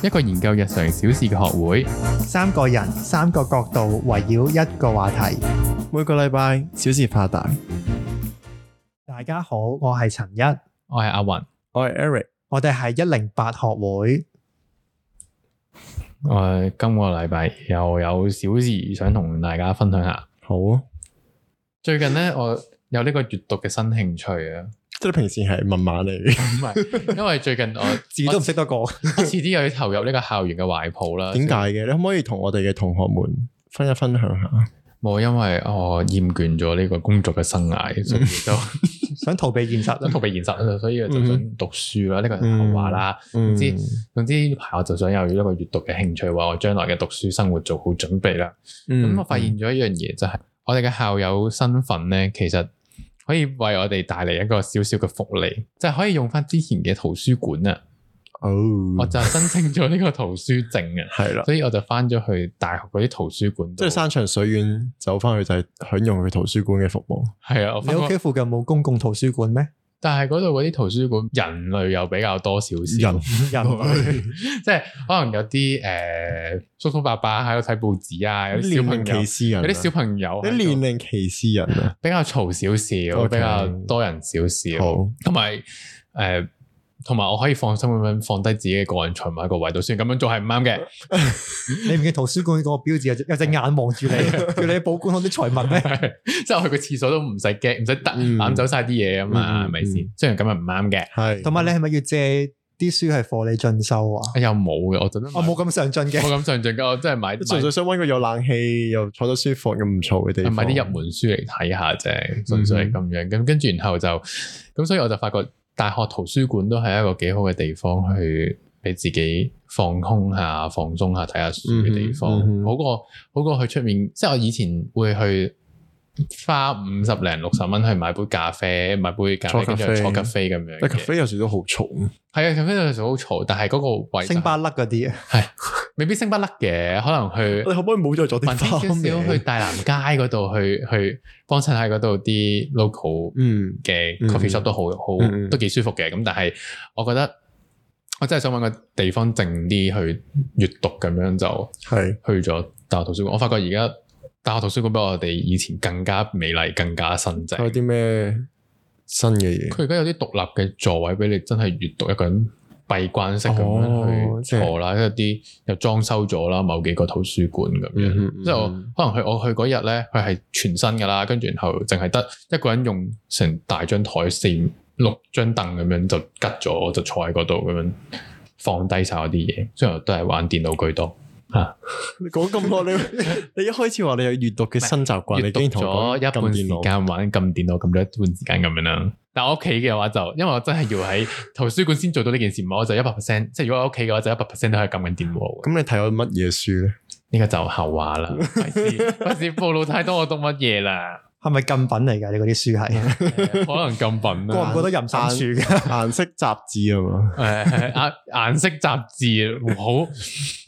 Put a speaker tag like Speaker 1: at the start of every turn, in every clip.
Speaker 1: 一個研究日常小事嘅學會，
Speaker 2: 三個人，三個角度，圍繞一個話題。
Speaker 3: 每個禮拜小事化大。
Speaker 2: 大家好，我係陳一，
Speaker 1: 我係阿雲，
Speaker 3: 我係 Eric，
Speaker 2: 我哋係一零八學會。
Speaker 1: 我係今個禮拜又有小事想同大家分享下。
Speaker 3: 好啊！
Speaker 1: 最近咧，我有呢個閱讀嘅新興趣啊，
Speaker 3: 即係平時係文盲嚟嘅，
Speaker 1: 唔 係因為最近我
Speaker 2: 字都唔識得講，
Speaker 1: 我遲啲又要投入呢個校園嘅懷抱啦。
Speaker 3: 點解嘅？你可唔可以同我哋嘅同學們分一分享下？
Speaker 1: 冇，因為我厭倦咗呢個工作嘅生涯，
Speaker 3: 嗯
Speaker 1: 所以就
Speaker 2: 想逃避現實
Speaker 1: 想。逃避現實，所以就想讀書啦。呢個係後話啦。
Speaker 3: 嗯
Speaker 1: 知總之呢排我就想有一個閱讀嘅興趣，為我將來嘅讀書生活做好準備啦。
Speaker 3: 嗯
Speaker 1: 咁、我發現咗一樣嘢，就係、我哋嘅校友身份咧，其實可以為我哋帶嚟一個少少嘅福利，就係、可以用翻之前嘅圖書館啊。
Speaker 3: 哦，
Speaker 1: 我就申請咗呢個圖書證 啊，
Speaker 3: 係啦，
Speaker 1: 所以我就翻咗去大學嗰啲圖書館
Speaker 3: 即
Speaker 1: 度。
Speaker 3: 係山長水遠走翻去就係享用佢圖書館嘅服務。
Speaker 1: 係啊，我
Speaker 2: 你
Speaker 1: 發
Speaker 2: 屋
Speaker 1: 覺
Speaker 2: 企附近冇公共圖書館咩？
Speaker 1: 但係嗰度嗰啲圖書館人類又比較多少少，
Speaker 3: 人
Speaker 2: 人類
Speaker 1: 即係可能有啲誒、呃叔叔伯伯喺度睇報紙啊，有啲小朋
Speaker 3: 年齡
Speaker 1: 友
Speaker 3: 歧，視人啊，
Speaker 1: 有啲小朋友喺
Speaker 3: 你
Speaker 1: 度
Speaker 3: 年齡歧視人啊！
Speaker 1: 比較嘈少少，
Speaker 3: OK
Speaker 1: 比較多人少少，
Speaker 3: 好，
Speaker 1: 同埋誒，呃同埋我可以放心咁樣放低自己嘅個人財物喺個位度，雖然咁樣做係唔啱 嘅。
Speaker 2: 你唔見圖書館嗰個標誌有隻有隻眼望住你，叫你保管好啲財物咩？
Speaker 1: 即係我去個廁所都唔使驚，唔使得
Speaker 3: 嗯
Speaker 1: 攬走晒啲嘢啊嘛，
Speaker 3: 嗯
Speaker 1: 係咪
Speaker 3: 嗯
Speaker 1: 先？雖然咁係唔啱嘅，
Speaker 3: 係
Speaker 2: 同埋你係咪要借啲書係貨你進修啊？
Speaker 1: 又哎冇嘅，我真係
Speaker 2: 我冇咁上進嘅，
Speaker 1: 冇咁上進嘅，我真係 買
Speaker 3: 純粹想揾個有冷氣又坐得舒服又唔嘈嘅地
Speaker 1: 買
Speaker 3: 方，
Speaker 1: 買啲入門書嚟睇下啫，純粹係咁樣。咁跟住然後就咁，所以我就發覺大學圖書館都係一個幾好嘅地方去俾自己放空下、放鬆下、睇下書嘅地方，
Speaker 3: 嗯哼嗯哼
Speaker 1: 好過好過去出面。即係我以前會去。花五十零六十蚊去買杯咖啡，買杯咖啡
Speaker 3: 坐咖
Speaker 1: 跟
Speaker 3: 啡
Speaker 1: 住坐咖啡咁樣嘅。
Speaker 3: 但咖啡有時都好嘈，
Speaker 1: 係啊，咖啡有時好嘈，但係嗰個位就係
Speaker 2: 星巴克嗰啲啊，
Speaker 1: 未必星巴克嘅，可能去
Speaker 3: 你可唔可以冇再做啲
Speaker 1: 文青少
Speaker 3: 花
Speaker 1: 少去
Speaker 3: 名？
Speaker 1: 大南街嗰度去去幫襯下嗰度啲 local
Speaker 3: 嗯，
Speaker 1: 嘅
Speaker 3: 嗯
Speaker 1: coffee shop 都好好
Speaker 3: 嗯嗯
Speaker 1: 都幾舒服嘅。咁但係我覺得我真係想揾個地方靜啲去閱讀，咁樣就
Speaker 3: 係。
Speaker 1: 去咗大學圖書館。我發覺而家大學圖書館比我哋以前更加美麗、更加新淨。
Speaker 3: 佢有啲咩新嘅嘢？
Speaker 1: 佢而家有啲獨立嘅座位俾你真係閲讀一個人閉關式咁
Speaker 3: 哦
Speaker 1: 樣
Speaker 3: 即
Speaker 1: 去
Speaker 3: 係
Speaker 1: 坐啦，有啲又裝修咗啦，某幾個圖書館咁
Speaker 3: 嗯哼
Speaker 1: 樣。即係我
Speaker 3: 嗯
Speaker 1: 可能去我去嗰日咧，佢係全新噶啦，跟住然後淨係得一個人用成大張台四五六張凳咁樣就吉咗，我就坐喺嗰度咁樣放低晒我啲嘢，雖然我都係玩電腦居多。
Speaker 3: 你 講咁耐，你 你一開始話你有閱讀嘅新習慣，你
Speaker 1: 閱
Speaker 3: 已
Speaker 1: 讀
Speaker 3: 經同
Speaker 1: 咗
Speaker 3: 我
Speaker 1: 一
Speaker 3: 講撳
Speaker 1: 半時
Speaker 3: 電腦
Speaker 1: 間玩撳電腦，撳咗一半時間咁樣啦。但我屋企嘅話就，因為我真係要喺圖書館先做到呢件事，唔係我就一百 percent，即係如果我喺屋企嘅話就一百 percent 都係撳緊電腦 嘅。
Speaker 3: 咁你睇咗乜嘢書 咧？
Speaker 1: 呢個就後話啦，費事費事暴露太多我讀乜嘢啦，
Speaker 2: 係咪禁品嚟㗎？你嗰啲書係
Speaker 1: 可能啊禁品
Speaker 2: 過唔
Speaker 1: 啦。
Speaker 2: 過得淫審處㗎？
Speaker 3: 顏色雜誌啊嘛，
Speaker 1: 誒顏呃顏色雜誌好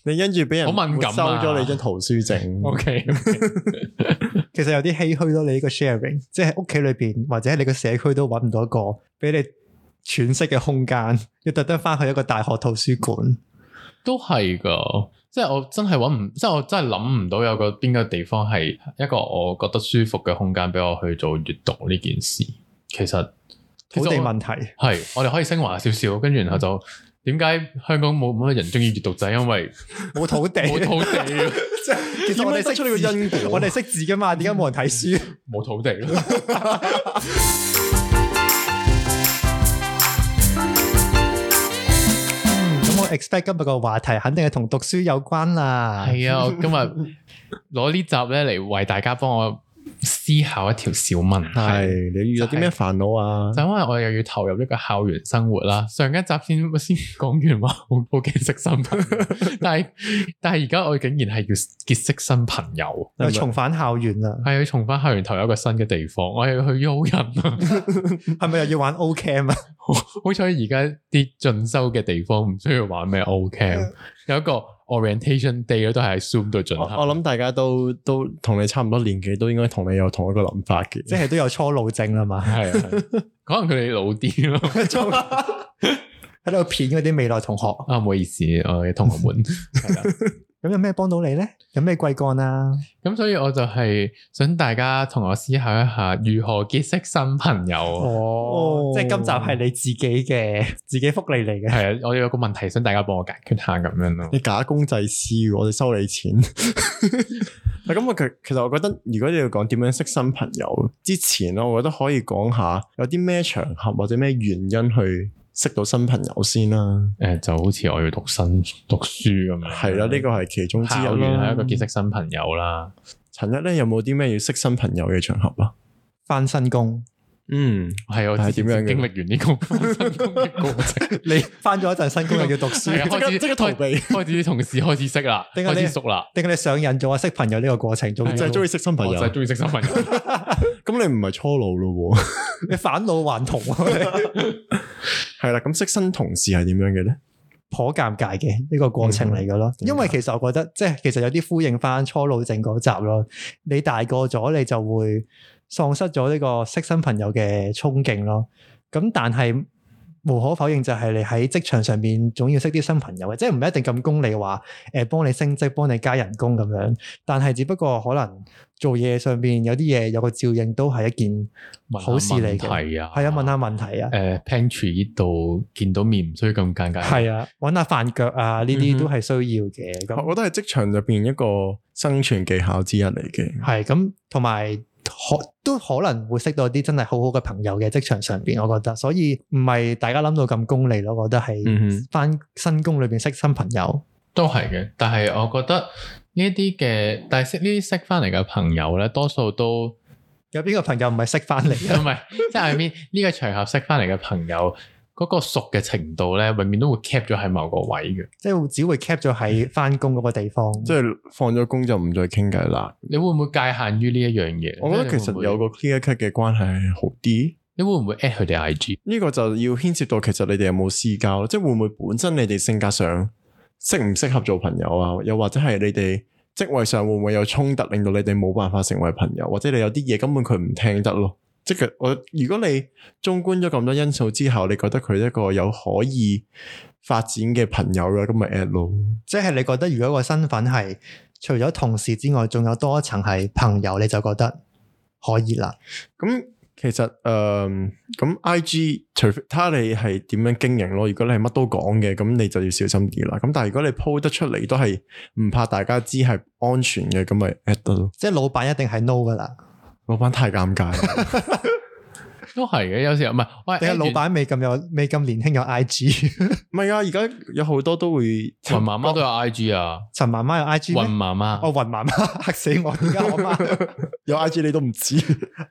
Speaker 3: 你跟住俾人
Speaker 1: 好敏感啊
Speaker 3: 收咗你張圖書證，
Speaker 1: OK，
Speaker 2: 其實有啲唏噓咯，你呢個 sharing，即係屋企裏邊或者你個社區都揾唔到一個俾你喘息嘅空間，要特登翻去一個大學圖書館。
Speaker 1: 都係噶。即係我真係揾唔，即係我真係諗唔到有個邊個地方係一個我覺得舒服嘅空間俾我去做閱讀呢件事。其實
Speaker 2: 土地
Speaker 1: 其實我
Speaker 2: 問題，
Speaker 1: 係，我哋可以升華少少，跟住然後就點解香港冇冇乜人中意閱讀就係因為
Speaker 2: 冇土地，
Speaker 1: 冇土地，
Speaker 2: 其實我哋識
Speaker 3: 點樣得出呢個因
Speaker 2: 字
Speaker 3: 果
Speaker 2: 我哋識嗯字噶嘛，點解冇人睇書？
Speaker 1: 冇土地咯。
Speaker 2: 嗯咁我 expect 今日個話題肯定係同讀書有關啦。
Speaker 1: 係啊，我今日攞呢集咧嚟為大家幫我思考一條小問
Speaker 3: 係
Speaker 1: 題，
Speaker 3: 你遇到啲咩煩惱啊？
Speaker 1: 就因為我又要投入呢個校園生活啦。上一集先 先講完話，好好驚識新朋 友，但係但係而家我竟然係要結識新朋友，
Speaker 2: 又重返校園啦，
Speaker 1: 係要重返校園投入一個新嘅地方，我係要去邀人啊。
Speaker 2: 係咪又要玩 O Cam 啊？
Speaker 1: 好彩而家啲進修嘅地方唔需要玩咩 O
Speaker 3: 嗯
Speaker 1: Cam，有一個 orientation day 咧都係喺 Zoom 度進
Speaker 3: 我
Speaker 1: 行。
Speaker 3: 我諗大家都都同你差唔多年紀，都應該同你有同一個諗法嘅。
Speaker 1: 啊
Speaker 2: 即係都有初老症啦嘛。
Speaker 1: 係啊，係可能佢哋老啲咯。
Speaker 2: 喺度片嗰啲未來同學。
Speaker 1: 啊，唔好意思，我嘅同學們係啦。
Speaker 2: 咁有咩幫到你咧？有咩貴幹啊？
Speaker 1: 咁所以我就係想大家同我思考一下，如何結識新朋友。啊
Speaker 2: 哦即係今集係你自己嘅 自己福利嚟嘅。
Speaker 1: 係啊，我有個問題想大家幫我解決下咁樣咯。
Speaker 3: 你假公濟私喎，我哋收你錢。 嗱，咁我啊其其實我覺得，如果你要講點樣識新朋友之前咯，我覺得可以講下有啲咩場合或者咩原因去識到新朋友先啦。
Speaker 1: 诶、就好似我要讀新讀書咁樣。
Speaker 3: 係啦，呢個係其中之一
Speaker 1: 校園
Speaker 3: 啦。
Speaker 1: 係一個結識新朋友啦。
Speaker 3: 陳一咧，有冇啲咩要識新朋友嘅場合啊？
Speaker 2: 翻新工，
Speaker 3: 嗯，
Speaker 1: 係我
Speaker 3: 係
Speaker 1: 點
Speaker 3: 點樣嘅
Speaker 1: 經歷完呢個翻新工嘅過程，
Speaker 2: 你翻咗一陣新工又要讀書，
Speaker 1: 係啊開始
Speaker 3: 即刻逃避
Speaker 1: 開開始啲同事開始識啦，
Speaker 2: 點解
Speaker 1: 開
Speaker 2: 你
Speaker 1: 始熟啦。
Speaker 2: 定係你上癮咗啊？識朋友呢個過程仲
Speaker 1: 係啊
Speaker 3: 就係
Speaker 2: 要
Speaker 3: 中意識新朋
Speaker 1: 我
Speaker 3: 友
Speaker 1: 就。係中意識新朋友，
Speaker 3: 咁你唔係初老咯喎？
Speaker 2: 你返老還童 啊，
Speaker 3: 係啦，咁識新同事係點樣嘅咧？
Speaker 2: 頗尷尬嘅呢個過
Speaker 1: 嗯
Speaker 2: 程嚟嘅咯。因為其實我覺得即係其實有啲呼應翻初老症嗰集咯。你大個咗，你就會喪失咗呢個識新朋友嘅衝勁咯。咁但係無可否認就係你喺職場上面總要識啲新朋友嘅，即係唔一定咁功利話誒幫你升職、幫你加人工咁樣。但係只不過可能做嘢上面有啲嘢有個照應都係一件好事嚟嘅。
Speaker 1: 係啊，
Speaker 2: 係啊，問下問題啊。
Speaker 1: 誒 pantry 度見到面唔需要咁尷尬。
Speaker 2: 系啊，揾下飯腳啊，呢
Speaker 3: 嗯哼
Speaker 2: 啲都係需要嘅。咁
Speaker 3: 我覺得係職場入邊一個生存技巧之一嚟嘅。
Speaker 2: 係咁，同埋可都可能會識到啲真係好好嘅朋友嘅職場上边，我覺得，所以唔係大家諗到咁功利咯。我覺得係
Speaker 3: 嗯
Speaker 2: 翻新工裏边識新朋友，
Speaker 1: 都係嘅，但係我覺得呢一啲嘅，但係識呢啲識翻嚟嘅朋友咧，多數都唔
Speaker 2: 有邊個朋友唔係識翻嚟
Speaker 3: 嗯
Speaker 2: 嘅？
Speaker 1: 係，即係 I mean 呢個場合識翻嚟嘅朋友，嗰、個熟嘅程度咧，永遠都會 cap 咗喺某個位嘅。
Speaker 2: 即係只會 cap 咗喺翻工嗰個地方。
Speaker 3: 嗯哼，即係放咗工就唔再傾偈啦。
Speaker 1: 你會唔會界限於呢一樣嘢？
Speaker 3: 我覺
Speaker 1: 嗯即係
Speaker 3: 得
Speaker 1: 你
Speaker 3: 其實
Speaker 1: 會唔會
Speaker 3: 有個 clear cut 嘅關係係好啲。
Speaker 1: 你會唔會 at 佢哋 IG？
Speaker 3: 呢個就要牽涉到其實你哋有冇私交咯，即係會唔會本身你哋性格上適唔適合做朋友啊？又或者係你哋職位上會唔會有衝突，令到你哋冇辦法成為朋友，或者你有啲嘢根本佢唔聽得咯？即係我如果你縱觀咗咁多因素之後，你覺得佢一個有可以發展嘅朋友嘅，咁咪 at 咯。
Speaker 2: 即係你覺得如果個身份係除咗同事之外，仲有多一層係朋友，你就覺得可以啦。
Speaker 3: 咁其實诶，嗯咁、I G 除非睇下你係點樣經營咯。如果你係乜都講嘅，咁你就要小心啲啦。咁但係如果你 po 得出嚟都係唔怕大家知係安全嘅，咁咪 at 得咯。
Speaker 2: 即係老闆一定係 no 噶啦，
Speaker 3: 老闆太尷尬 啦，
Speaker 1: 都係嘅，有時候唔係，
Speaker 3: 啊
Speaker 1: 我
Speaker 2: 定係老闆未咁有未咁年輕有 IG。
Speaker 3: 唔係啊！而家有好多都會
Speaker 1: 雲媽媽都有 IG 啊，
Speaker 2: 陳媽媽有 I G 咩
Speaker 1: 雲？媽媽
Speaker 2: 哦，。雲媽媽嚇死我！而家我媽，
Speaker 3: 有 I G 你都唔知，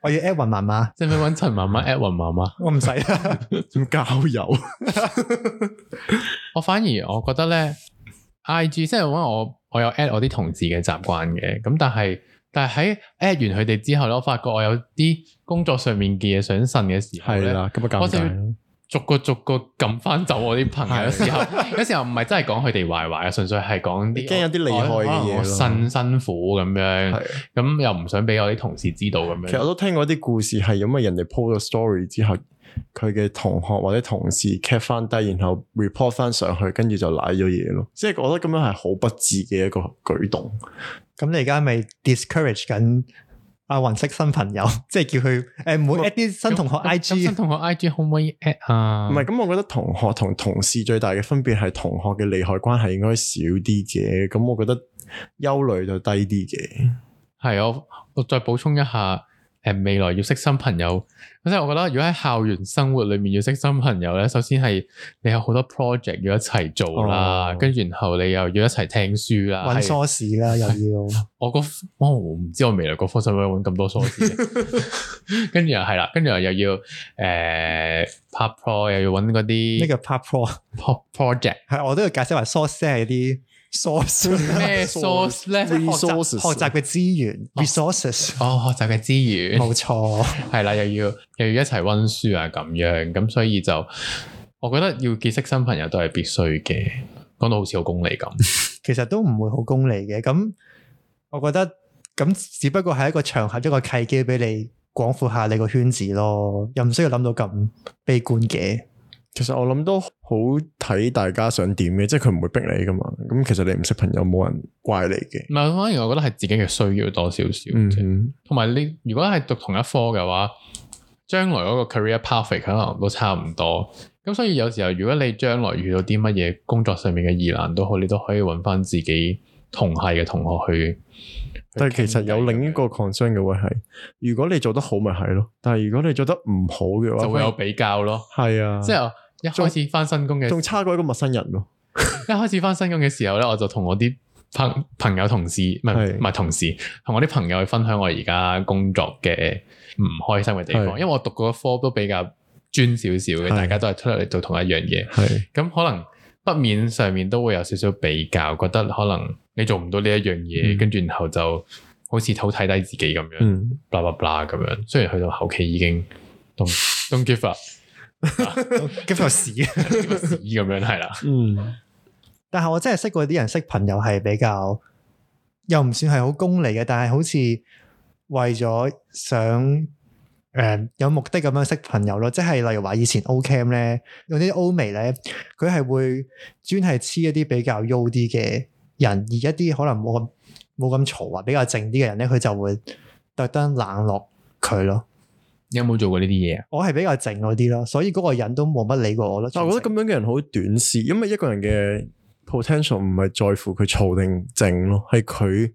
Speaker 2: 我要 at 雲媽媽，
Speaker 1: 即係咪揾陳媽媽 at 雲媽媽？
Speaker 2: 我唔使啦。
Speaker 3: 點交友？
Speaker 1: 我反而我覺得咧，I G 即係因為我我有 at 我啲同事嘅習慣嘅，咁但係但係喺 at 完佢哋之後咧，我發覺我有啲工作上面嘅嘢想呻嘅時候
Speaker 3: 係
Speaker 1: 咧，
Speaker 3: 啦，咁咪啊
Speaker 1: 我
Speaker 3: 尷
Speaker 1: 就要
Speaker 3: 尬咯。
Speaker 1: 逐個逐個撳翻走我啲朋友。
Speaker 3: 係
Speaker 1: 有時候 有時候唔係真係講佢哋壞話嘅，純粹係講啲
Speaker 3: 驚有啲厲
Speaker 1: 我
Speaker 3: 害嘅嘢
Speaker 1: 可能我
Speaker 3: 咯
Speaker 1: 呻辛苦咁樣，
Speaker 3: 係，
Speaker 1: 咁又唔想俾我啲同事知道咁
Speaker 3: 其實我
Speaker 1: 樣。
Speaker 3: 都聽過啲故事係因為人哋 po 咗 story 之後，佢嘅同學或者同事 cap 翻低，然後 report 翻上去，跟住就賴咗嘢咯。即係我覺得咁樣係好不智嘅一個舉動。
Speaker 2: 咁你而家咪 discourage 緊阿雲識新朋友， 即係叫佢誒唔好 at 啲新同學
Speaker 1: 咁
Speaker 2: I
Speaker 1: 咁
Speaker 2: G
Speaker 1: 新。同學 I G 可唔可以 at 啊？
Speaker 3: 唔係咁，我覺得同學同同事最大嘅分別係同學嘅利害關係應該少啲嘅。咁我覺得憂慮就低啲嘅。
Speaker 1: 係我我再補充一下，诶、未來要識新朋友，即係我覺得如果喺校園生活裏面要識新朋友咧，首先係你有好多 project 要一齊做啦
Speaker 3: 哦，
Speaker 1: 跟住、然後你又要一齊聽書啦。
Speaker 2: 揾
Speaker 1: 係
Speaker 2: source 啦，又要
Speaker 1: 我個哦我唔知我未來個科使唔使揾咁多 source，跟住又係啦，跟住又要诶、拍 pro 又要揾嗰
Speaker 2: 呢
Speaker 1: 啲
Speaker 2: 個 part pro
Speaker 1: pro- project
Speaker 2: 係我都要解釋埋 source 即係啲 source
Speaker 1: 咩 source 咧
Speaker 2: 即？係學習
Speaker 3: Resources
Speaker 2: 學習嘅資源 resources
Speaker 1: 哦，學習嘅資源。
Speaker 2: 冇錯。
Speaker 1: 係啦，又要又要一齊温書啊，咁樣咁，所以就我覺得要結識新朋友都係必須嘅。講到好似好功利咁，
Speaker 2: 其實都唔會好功利嘅。咁我覺得咁只不過係一個場合，一個契機俾你廣闊下你個圈子咯，又唔需要諗到咁悲觀嘅。
Speaker 3: 其實我諗都好睇大家想點嘅，即係佢唔會逼你噶嘛。咁其實你唔識朋友，冇人怪你嘅。
Speaker 1: 唔係，反而我覺得係自己嘅需要多少少
Speaker 3: 嗯
Speaker 1: 啫。同埋、你如果係讀同一科嘅話，將來嗰個 career path 可能都差唔多。咁所以有時候如果你將來遇到啲乜嘢工作上面嘅疑難都好，你都可以揾翻自己同系嘅同學去。
Speaker 3: 但係其實有另一個 concern 嘅位係，如果你做得好咪係咯，但係如果你做得唔好嘅話，
Speaker 1: 就會有比較咯。
Speaker 3: 係啊，
Speaker 1: 即係我一開始翻新工嘅
Speaker 3: 仲差過一個陌生人咯。
Speaker 1: 一開始翻新工嘅時候咧，我就同我啲朋朋友同事，唔係
Speaker 3: 係
Speaker 1: 唔係同事，同我啲朋友去分享我而家工作嘅唔開心嘅地方，
Speaker 3: 係
Speaker 1: 因為我讀嗰科都比較專少少嘅，
Speaker 3: 係
Speaker 1: 大家都係出嚟做同一樣嘢，
Speaker 3: 係
Speaker 1: 咁可能不免上面都會有少少比較，覺得可能你做唔到呢一樣嘢，
Speaker 3: 嗯
Speaker 1: 跟住、然後就好似好睇低自己咁樣。
Speaker 3: 嗯。
Speaker 1: blah blah blah 咁樣。雖然去到後期已經 don't don't give up
Speaker 2: 咁就屎。啊
Speaker 1: 呢個屎咁樣係啦，
Speaker 3: 嗯，
Speaker 2: 但係我真係識過啲人識朋友係比較，又唔算係好功利嘅，但係好似為咗想诶、誒有目的咁樣識朋友咯。即係例如話以前 O Cam 咧，用啲 O 眉咧，佢係會專係黐一啲比較優啲嘅人，而一啲可能冇咁冇咁嘈啊，比較靜啲嘅人咧，佢就會特登冷落佢咯。
Speaker 1: 你有冇做過呢啲嘢啊？
Speaker 2: 我係比較靜嗰啲咯，所以嗰個人都冇乜理過我咯。
Speaker 3: 但我覺得咁樣嘅人好短視，因為一個人嘅 potential 唔係在乎佢嘈定靜咯，係佢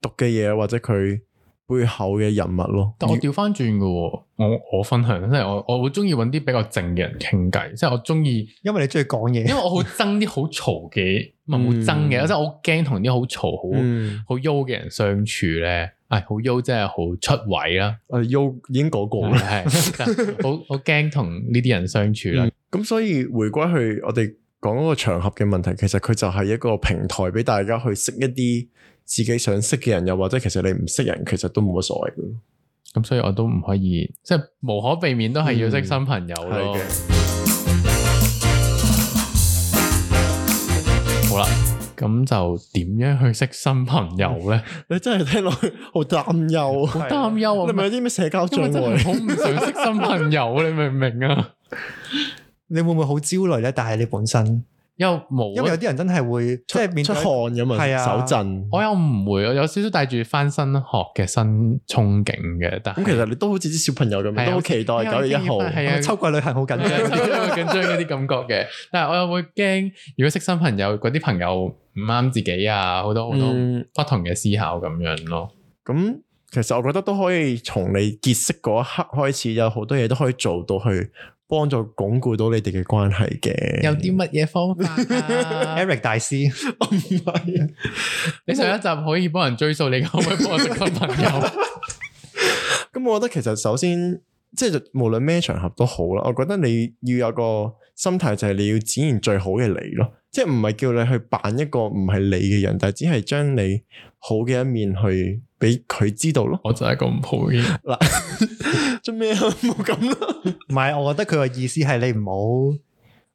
Speaker 3: 讀嘅嘢或者佢背後嘅人物咯。
Speaker 1: 但我調翻轉嘅喎，我我分享，即係我我會中意揾啲比較靜嘅人傾偈，即係我中 意，
Speaker 2: 因為你中意講
Speaker 1: 因為
Speaker 2: 嘢，
Speaker 1: 我好憎啲好嘈嘅，唔係好憎嘅，
Speaker 3: 嗯
Speaker 1: 即係我好驚同啲好嘈、好
Speaker 3: 嗯，
Speaker 1: 好優嘅人相處咧。唉，好優即係好出位 啦，
Speaker 3: 我哋 U 已經講過啦。
Speaker 1: 係係好好驚同呢啲人相處啦。
Speaker 3: 咁所以回歸去我哋講嗰個場合嘅問題，其實佢就係一個平台俾大家去識一啲自己想識嘅人，又或者其實你唔識人，其實都冇乜所謂嘅。
Speaker 1: 咁所以我都唔可以，即係無可避免都係要識新朋友咯。
Speaker 3: 嗯係嘅
Speaker 1: 好啦，咁就點樣去識新朋友咧？
Speaker 3: 你真係聽落去好擔憂，
Speaker 1: 好擔憂啊！
Speaker 3: 你咪有啲咩社交
Speaker 1: 因
Speaker 3: 障
Speaker 1: 為真係
Speaker 3: 礙？
Speaker 1: 好唔想識新朋友，你明唔明啊？
Speaker 2: 你會唔會好焦慮咧？但係你本身。
Speaker 1: 又冇
Speaker 2: 因為有
Speaker 1: 啊，
Speaker 2: 啲人真係會即係面
Speaker 3: 出
Speaker 2: 對
Speaker 3: 汗咁
Speaker 2: 係
Speaker 3: 啊，
Speaker 2: 啊
Speaker 3: 手震。
Speaker 1: 我又唔會，我有少少帶住翻新學嘅新憧憬嘅，但
Speaker 3: 咁 其實你都好似啲小朋友咁
Speaker 1: 係啊
Speaker 3: 樣，都好期待九月一號。
Speaker 1: 係啊，
Speaker 2: 秋季旅行好緊
Speaker 1: 係啊
Speaker 2: 張，
Speaker 1: 有啲緊張嗰啲感覺嘅。但係我又會驚，如果識新朋友，嗰啲朋友唔啱自己啊，好多好多
Speaker 3: 嗯
Speaker 1: 不同嘅思考咁樣咯。
Speaker 3: 咁其實我覺得都可以從你結識嗰一刻開始，有好多嘢都可以做到去幫助鞏固到你哋嘅關係嘅。
Speaker 2: 嗯
Speaker 1: 有啲乜嘢方 法啊
Speaker 2: Eric 大師，
Speaker 3: 我唔係，
Speaker 1: 你上一集可以幫人追數，你可唔可以幫我識新朋友？
Speaker 3: 咁我覺得其實首先即係無論咩場合都好啦，我覺得你要有個心態就係你要展現最好嘅你咯，即係唔係叫你去扮一個唔係你嘅人，但係只係將你好嘅一面去俾佢知道咯。
Speaker 1: 我就係一個唔好嘅人。
Speaker 3: 做咩啊？冇咁啦，
Speaker 2: 唔係，我覺得佢個意思係你唔好唔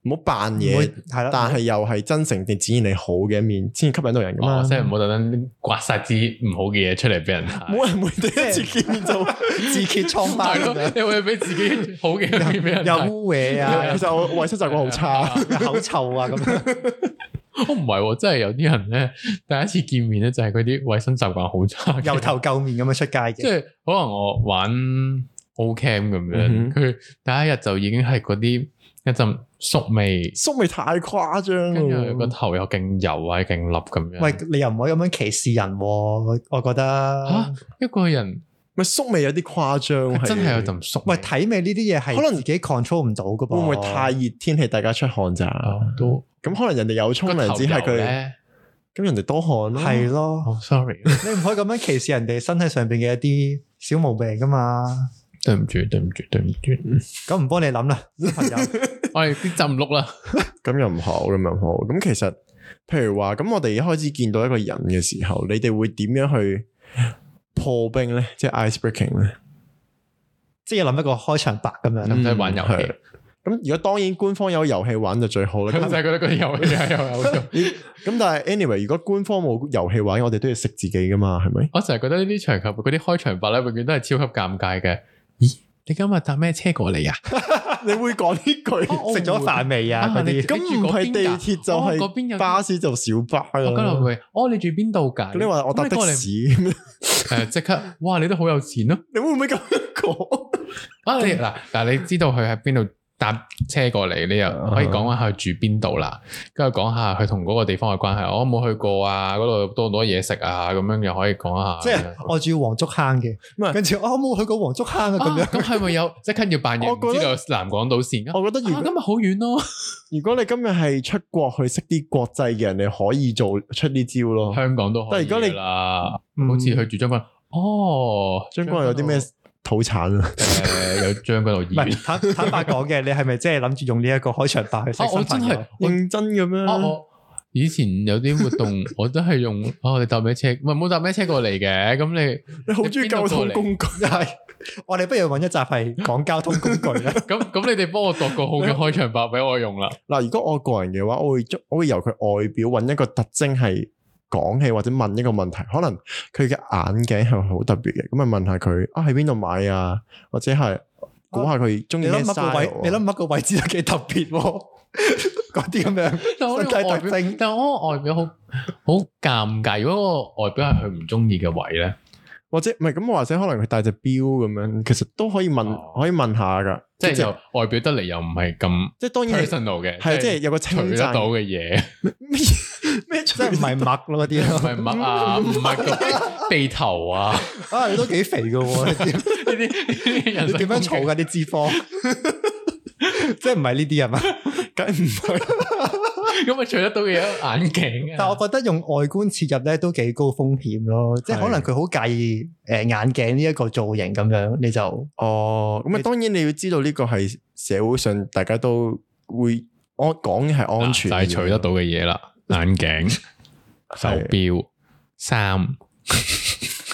Speaker 3: 唔好扮嘢
Speaker 2: 會。係啦，
Speaker 3: 但係又係真誠地展現你好嘅一面，先吸引到人噶
Speaker 2: 啊
Speaker 3: 嘛。
Speaker 1: 哦，即係唔好特登刮晒啲唔好嘅嘢出嚟俾人睇。
Speaker 3: 冇人會第一次見面就
Speaker 2: 自揭瘡疤
Speaker 1: 係
Speaker 2: 咁
Speaker 1: 咯
Speaker 2: 樣，
Speaker 1: 你會俾自己好嘅一面俾人
Speaker 2: 又
Speaker 1: 睇。
Speaker 2: 污嘢啊，
Speaker 3: 其實我我衞生習慣好
Speaker 1: 啊
Speaker 3: 差，
Speaker 2: 又口臭啊咁 樣，
Speaker 1: 我唔係喎，真係有啲人咧， 第一次見面咧就係佢啲衞生習慣好 差嘅，
Speaker 2: 由頭垢面咁樣出街
Speaker 1: 即
Speaker 2: 嘅，
Speaker 1: 係可能我玩 O Cam 咁樣，
Speaker 3: 嗯哼
Speaker 1: 佢、第一日就已經係嗰啲一陣宿味，
Speaker 3: 縮味太誇張
Speaker 1: 跟住個
Speaker 3: 啦。
Speaker 1: 頭又勁油啊，勁笠咁樣。
Speaker 2: 喂，你又唔可以咁樣歧視人喎，我我覺
Speaker 1: 嚇
Speaker 2: 得，
Speaker 1: 一個人
Speaker 3: 咪縮味有啲誇張，
Speaker 1: 真係有陣宿味。
Speaker 2: 喂體味呢啲嘢係
Speaker 3: 可能
Speaker 2: 自己 control 唔到噶噃，
Speaker 3: 會唔會太熱天氣大家出汗咋？
Speaker 1: 哦都
Speaker 3: 咁可能人哋有沖
Speaker 1: 個
Speaker 3: 涼，
Speaker 1: 頭
Speaker 3: 只係
Speaker 1: 油
Speaker 3: 佢
Speaker 1: 咧。
Speaker 3: 咁人哋多汗咯。
Speaker 2: 係咯？
Speaker 1: 哦，sorry，
Speaker 2: 你唔可以咁樣歧視人哋身體上邊嘅一啲小毛病噶嘛，
Speaker 1: 對唔住，對唔住，對唔 住。
Speaker 2: 咁唔幫你諗啦，小朋友，
Speaker 1: 我哋啲浸碌啦，
Speaker 3: 咁又唔好，咁又唔好。咁其實，譬如話，咁我哋一開始見到一個人嘅時候，你哋會點樣去破冰咧？即係 ice breaking 咧？
Speaker 2: 即係諗一個開場白咁樣
Speaker 1: 使。唔使玩遊戲？
Speaker 3: 嗯係咁如果當然官方有遊戲玩就最好啦。
Speaker 1: 咁就
Speaker 3: 咁
Speaker 1: 係覺得嗰啲遊戲係有有用。
Speaker 3: 咁但係 anyway，如果官方冇遊戲玩，我哋都要食 自己噶嘛，係咪？
Speaker 1: 我成日覺得呢啲場合嗰啲開場白咧，永遠都係超級尷尬嘅。咦，你今日搭咩車過嚟啊？
Speaker 3: 你會講呢句？
Speaker 1: 哦我
Speaker 2: 食咗飯未啊？
Speaker 1: 啊
Speaker 2: 嗰
Speaker 1: 你
Speaker 2: 啲
Speaker 1: 住
Speaker 3: 咁唔係地鐵就
Speaker 1: 哦嗰邊
Speaker 3: 係
Speaker 1: 有
Speaker 3: 巴士就小巴
Speaker 1: 我跟落
Speaker 3: 啦。
Speaker 1: 佢，哦，你住邊度㗎？
Speaker 3: 你話我搭
Speaker 1: 咁你
Speaker 3: 的
Speaker 1: 過嚟
Speaker 3: 士， 你
Speaker 1: 誒即刻，哇！你都好有錢咯〜
Speaker 3: 會唔會咁樣講？
Speaker 1: 啊，你嗱嗱，你知道佢喺邊度搭車過嚟，你
Speaker 3: 啊
Speaker 1: 又可以講下佢住邊度啦，跟住講下佢同嗰個地方嘅關係。我冇去過啊，嗰度有多唔多嘢食啊，咁樣又可以講下。啊
Speaker 2: 即係我住黃竹坑嘅
Speaker 3: 唔，係
Speaker 2: 跟住我冇去過黃竹坑啊咁
Speaker 1: 啊
Speaker 2: 樣。
Speaker 1: 咁係咪有即刻要扮嘢？
Speaker 3: 我
Speaker 1: 唔
Speaker 3: 覺
Speaker 1: 知
Speaker 3: 得
Speaker 1: 道有南港島線啊？
Speaker 3: 我覺得如
Speaker 1: 啊
Speaker 3: 果
Speaker 1: 咁咪好遠咯，
Speaker 3: 如果你今日係出國去識啲國際嘅人，你可以做出呢招咯。
Speaker 1: 香港都可以
Speaker 3: 但係如果你
Speaker 1: 啦。
Speaker 2: 嗯
Speaker 1: 好似佢住將軍澳，哦，
Speaker 3: 張國有啲咩土產啊？
Speaker 1: 誒有將軍澳
Speaker 2: 唔
Speaker 1: 醫院
Speaker 2: 係坦坦白講嘅，你係咪真係諗住用呢一個開場白去
Speaker 1: 啊
Speaker 2: 識！
Speaker 1: 我
Speaker 2: 新
Speaker 1: 真
Speaker 2: 朋友
Speaker 1: 係？我
Speaker 3: 認真咁
Speaker 1: 啊！
Speaker 3: 樣，
Speaker 1: 我以前有啲活動，我都係用哦，你搭咩車？唔係冇搭咩車過嚟嘅。咁你
Speaker 3: 你好中意交通工具，
Speaker 2: 係我哋不如揾一集係講交通工具啦。
Speaker 1: 咁咁，你哋幫我度個好嘅開場白俾我用啦。
Speaker 3: 嗱，如果我個人嘅話，我會捉我會由佢外表揾一個特徵係講起或者問一個問題，可能佢嘅眼鏡係好特別嘅，咁咪問下佢啊喺邊度買啊，或者係估下佢
Speaker 1: 哦
Speaker 3: 中意
Speaker 2: 你
Speaker 3: 咩
Speaker 2: 諗乜
Speaker 3: style
Speaker 2: 個
Speaker 3: 啊
Speaker 2: 位？你諗乜個位置都幾特別喎？ 嗰啲咁樣
Speaker 1: 但我呢個外
Speaker 2: 身體特
Speaker 1: 表
Speaker 2: 徵，
Speaker 1: 但我外表好好尷尬。如果我外表係佢唔中意嘅位咧，
Speaker 3: 或者唔係咁，或者可能佢戴隻錶咁樣，其實都可以問，
Speaker 1: 哦
Speaker 3: 可以問下噶，
Speaker 1: 即係
Speaker 3: 即
Speaker 1: 又外表得嚟又唔係咁
Speaker 3: 即係當然係
Speaker 1: personal 嘅，
Speaker 3: 係即係有個
Speaker 1: 除
Speaker 3: 稱
Speaker 1: 得
Speaker 3: 讚
Speaker 1: 到嘅嘢，
Speaker 3: 咩咩
Speaker 2: 即係唔係麥咯嗰啲
Speaker 1: 唔係乜啊，唔係個鼻頭啊，呢
Speaker 2: 咯。啊，你都幾肥嘅喎？你點
Speaker 1: 啲呢啲人
Speaker 2: 你
Speaker 1: 身
Speaker 2: 點樣儲
Speaker 1: 攻擊？
Speaker 2: 㗎啲脂肪？ 即係唔係呢啲係啊嘛？
Speaker 3: 梗唔係，
Speaker 1: 咁咪除得到嘅嘢眼鏡啊。
Speaker 2: 但我覺得用外觀切入咧都幾高風險咯，即係
Speaker 3: 係
Speaker 2: 可能佢好介意誒眼鏡呢一個造型咁樣，你就
Speaker 3: 哦，咁啊，當然你要知道呢個係社會上大家都會安講嘅係安全嘅
Speaker 1: 嗱
Speaker 3: 嘢，
Speaker 1: 啊就係除得到嘅嘢啦，眼鏡、手表、衫。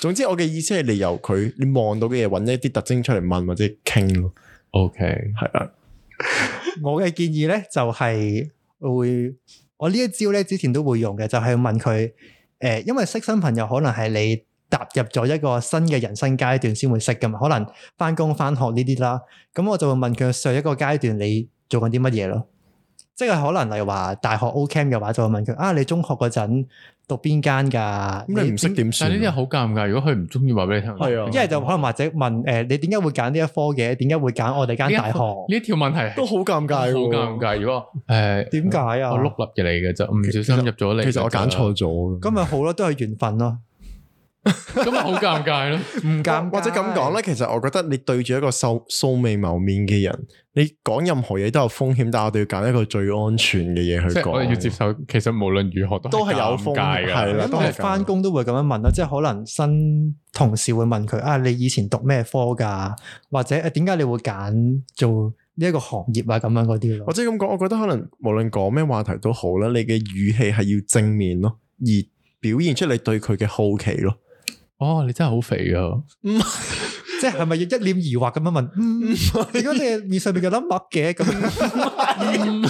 Speaker 3: 總之我嘅意思係你由佢你望到嘅嘢揾一啲特徵出嚟問或者傾咯，
Speaker 1: OK，
Speaker 3: 係啊，
Speaker 2: 我嘅建議咧就係會我呢一招咧之前都會用嘅，就係、問佢誒、呃因為識新朋友可能係你踏入咗一個新嘅人生階段先會識噶嘛，可能翻工翻學呢啲啦，咁我就會問佢上一個階段你做緊啲乜嘢咯。即係可能例如話大學 O Cam 嘅話，就會問佢啊，你中學嗰陣讀邊間㗎？
Speaker 3: 咁你唔識點
Speaker 1: 但
Speaker 3: 算
Speaker 1: 係呢啲
Speaker 3: 啊？
Speaker 1: 好尷尬。如果佢唔中意話俾你聽，
Speaker 3: 係啊
Speaker 2: 一係就可能或者問誒、呃你點解會揀呢一科嘅？點解會揀我哋間大學？
Speaker 1: 呢一條問題
Speaker 3: 都好尷
Speaker 1: 好
Speaker 3: 尬喎，
Speaker 1: 尷尬。如果誒
Speaker 2: 點解啊？
Speaker 3: 哦
Speaker 1: 我碌入嚟嘅就唔小心入咗嚟，
Speaker 3: 其實我揀錯咗，
Speaker 2: 咁咪好咯，都係緣分咯，
Speaker 1: 咁咪好尷尬咯。
Speaker 2: 唔尷尬
Speaker 3: 或者咁講咧，其實我覺得你對住一個素素未謀面嘅人，你講任何嘢都有風險，但係我哋要揀一個最安全嘅嘢去
Speaker 1: 即係我哋要
Speaker 3: 講。
Speaker 1: 接受，其實無論如何都
Speaker 3: 都
Speaker 1: 係
Speaker 3: 係有
Speaker 1: 尷
Speaker 3: 風
Speaker 1: 尬㗎。
Speaker 3: 係啦
Speaker 2: 因為翻工都會咁樣問啦，即係可能新同事會問佢啊，你以前讀咩科㗎？或者誒點解你會揀做呢一個行業啊？咁樣嗰啲
Speaker 3: 或
Speaker 2: 咯。
Speaker 3: 者咁講，我覺得可能無論講咩話題都好啦，你嘅語氣係要正面咯，而表現出你對佢嘅好奇咯。
Speaker 1: 哦，你真係好肥㗎。
Speaker 2: 即係係咪要一臉疑惑咁樣問？嗯，點解你面上面有粒墨嘅咁 樣？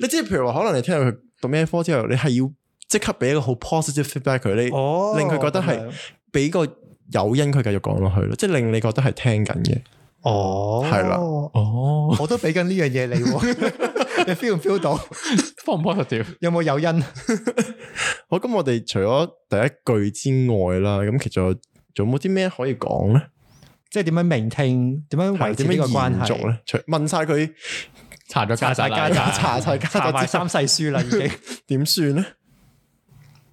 Speaker 3: 你即係譬如話，可能你聽到佢讀咩科之後，你係要即刻俾一個好 positive feedback 佢，你
Speaker 2: 哦，
Speaker 3: 令佢覺得係
Speaker 2: 咁樣
Speaker 3: 俾個誘因佢繼續講落去咯，即係令你覺得係聽緊嘅。
Speaker 2: 哦，
Speaker 3: 係啦
Speaker 1: 哦，
Speaker 2: 我都俾緊呢樣嘢你喎， 你 feel 唔 feel 到？
Speaker 1: 方唔 positive？
Speaker 2: 有冇誘因？
Speaker 3: 好，咁我哋除咗第一句之外啦，咁其實仲有仲有冇啲咩可以講咧？
Speaker 2: 即係點樣聆聽？點樣維
Speaker 3: 係
Speaker 2: 持
Speaker 3: 點
Speaker 2: 呢個
Speaker 3: 樣
Speaker 2: 關
Speaker 3: 延
Speaker 2: 係？
Speaker 3: 續咧？除問晒佢
Speaker 1: 查咗家
Speaker 2: 查
Speaker 1: 宅
Speaker 2: 晒
Speaker 1: 啦
Speaker 2: 家
Speaker 1: 而家
Speaker 2: 宅，
Speaker 3: 查晒家宅
Speaker 2: 查埋三世書啦，已經。
Speaker 3: 點算咧？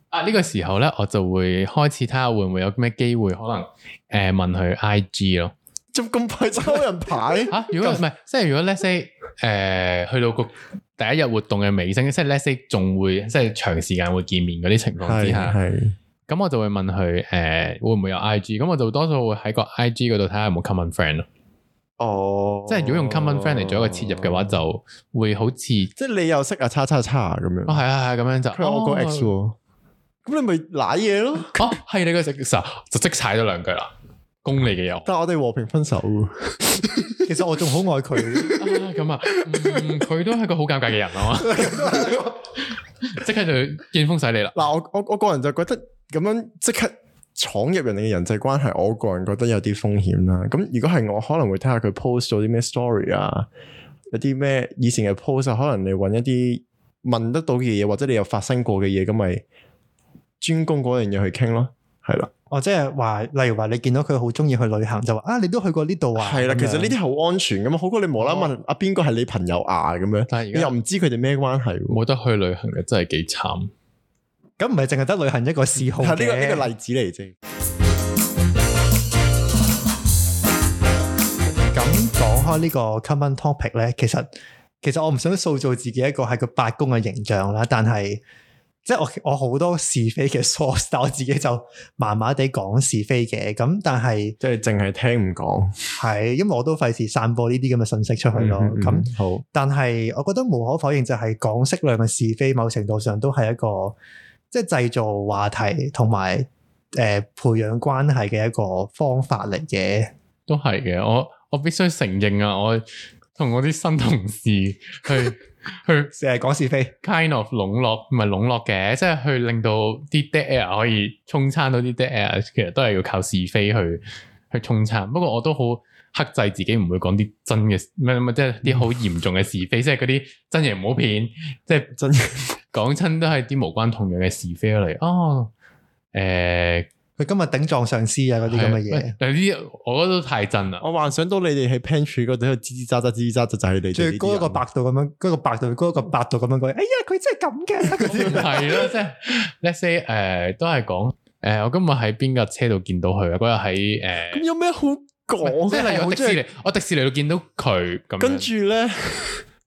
Speaker 1: 啊！呢、個時候咧，我就會開始睇下會唔會有咩機會，可能誒、呃、問佢 I G 咯。
Speaker 3: 仲咁快抽人牌？
Speaker 1: 嚇、如果唔係，即係如果 let's say 誒、去到個第一日活動嘅尾聲，即係 let's say 仲會即係長時間會見面嗰啲情況之
Speaker 3: 係
Speaker 1: 下，
Speaker 3: 係
Speaker 1: 咁我就會問佢誒、呃會唔會有 I G？咁我就多數會喺個 I G 嗰度睇下有冇 common friend 咯。
Speaker 3: 哦，
Speaker 1: 即係如果用 common friend 嚟做一個切入嘅話，就會好似
Speaker 3: 即係你又識啊，叉叉叉咁樣。
Speaker 1: 哦係啊係啊咁樣就
Speaker 3: 佢話我個 X
Speaker 1: 哦
Speaker 3: 喎，咁你咪舐嘢咯。
Speaker 1: 哦係你個食時候就即踩咗兩句啦，攻你嘅又。
Speaker 3: 但係我哋和平分手喎。
Speaker 2: 其實我仲好愛佢，
Speaker 1: 啊咁啊，嗯佢都係個好尷尬嘅人 啊嘛，即刻就見風使你啦。
Speaker 3: 嗱，我我我個人就覺得咁樣即刻闖入人哋嘅人際關係，我個人覺得有啲風險啦。咁如果係我，可能會睇下佢 post 咗啲咩 story 啊，有啲咩以前嘅 post 啊，可能你揾一啲問得到嘅嘢，或者你有發生過嘅嘢，咁咪專攻嗰樣嘢去傾咯，係啦，
Speaker 2: 哦，即係話，例如話你見到佢好中意去旅行，就話啊，你都去過呢度啊？
Speaker 3: 係啦，
Speaker 2: 咁
Speaker 3: 其
Speaker 2: 樣
Speaker 3: 實呢啲好安全噶嘛，好過你無啦啦問阿啊邊個係你朋友啊咁樣，
Speaker 1: 但係
Speaker 3: 你
Speaker 1: 而家
Speaker 3: 又唔知佢哋咩關係喎。
Speaker 1: 冇得去旅行嘅真係幾慘。
Speaker 2: 咁唔係淨係得旅行一個嗜好
Speaker 3: 係呢個
Speaker 2: 嘅
Speaker 3: 呢個例子嚟啫。
Speaker 2: 咁講開呢個 common topic 咧，其實其實我唔想塑造自己一個係個八公嘅形象啦，但係即係我我好多是非嘅 source，但我自己就麻麻地講是非嘅，咁但係
Speaker 3: 即係淨係聽唔講，
Speaker 2: 係因為我都費事散播呢啲咁嘅信息出去咯，咁、
Speaker 3: 嗯嗯好
Speaker 2: 但係我覺得無可否認就係講適量嘅是非，某程度上都係一個即係製造話題同埋誒培養關係嘅一個方法嚟嘅。
Speaker 1: 都係嘅，我我必須承認啊，我同我啲新同事去去
Speaker 2: 成日講是非，
Speaker 1: kind of 籠絡，唔係籠絡嘅，即係去令到啲 dead air 可以沖餐到啲 dead air，其實都係要靠是非去去沖餐。不過我都好克制自己，唔會講啲真嘅，唔係唔係即係啲好嚴重嘅是非，即係嗰啲真嘢唔好騙，即係
Speaker 3: 真
Speaker 1: 講親都係啲無關痛癢嘅是非嚟。哦，誒、
Speaker 2: 佢今日頂撞上司啊嗰啲咁嘅
Speaker 1: 係喂
Speaker 2: 嘢，
Speaker 1: 但係呢啲我覺得都太真 啦。
Speaker 3: 我幻想到你哋喺 pantry 嗰度喺度吱吱喳喳、吱吱喳喳，就係你哋啊
Speaker 2: 最高一個
Speaker 3: 白
Speaker 2: 百度咁樣，高一個百度，高一個百度咁樣講，哎呀佢真係咁嘅嗰啲，
Speaker 1: 系咯，即係 let's say 诶，都係講诶，我今日喺邊架車度見到佢啊？嗰日喺诶
Speaker 3: 咁，有咩好
Speaker 1: 唔係
Speaker 3: 講？
Speaker 1: 即係例如
Speaker 3: 好
Speaker 1: 我迪
Speaker 3: 中
Speaker 1: 士
Speaker 3: 意
Speaker 1: 尼，我迪士尼度見到佢咁樣，
Speaker 3: 跟住咧，佢同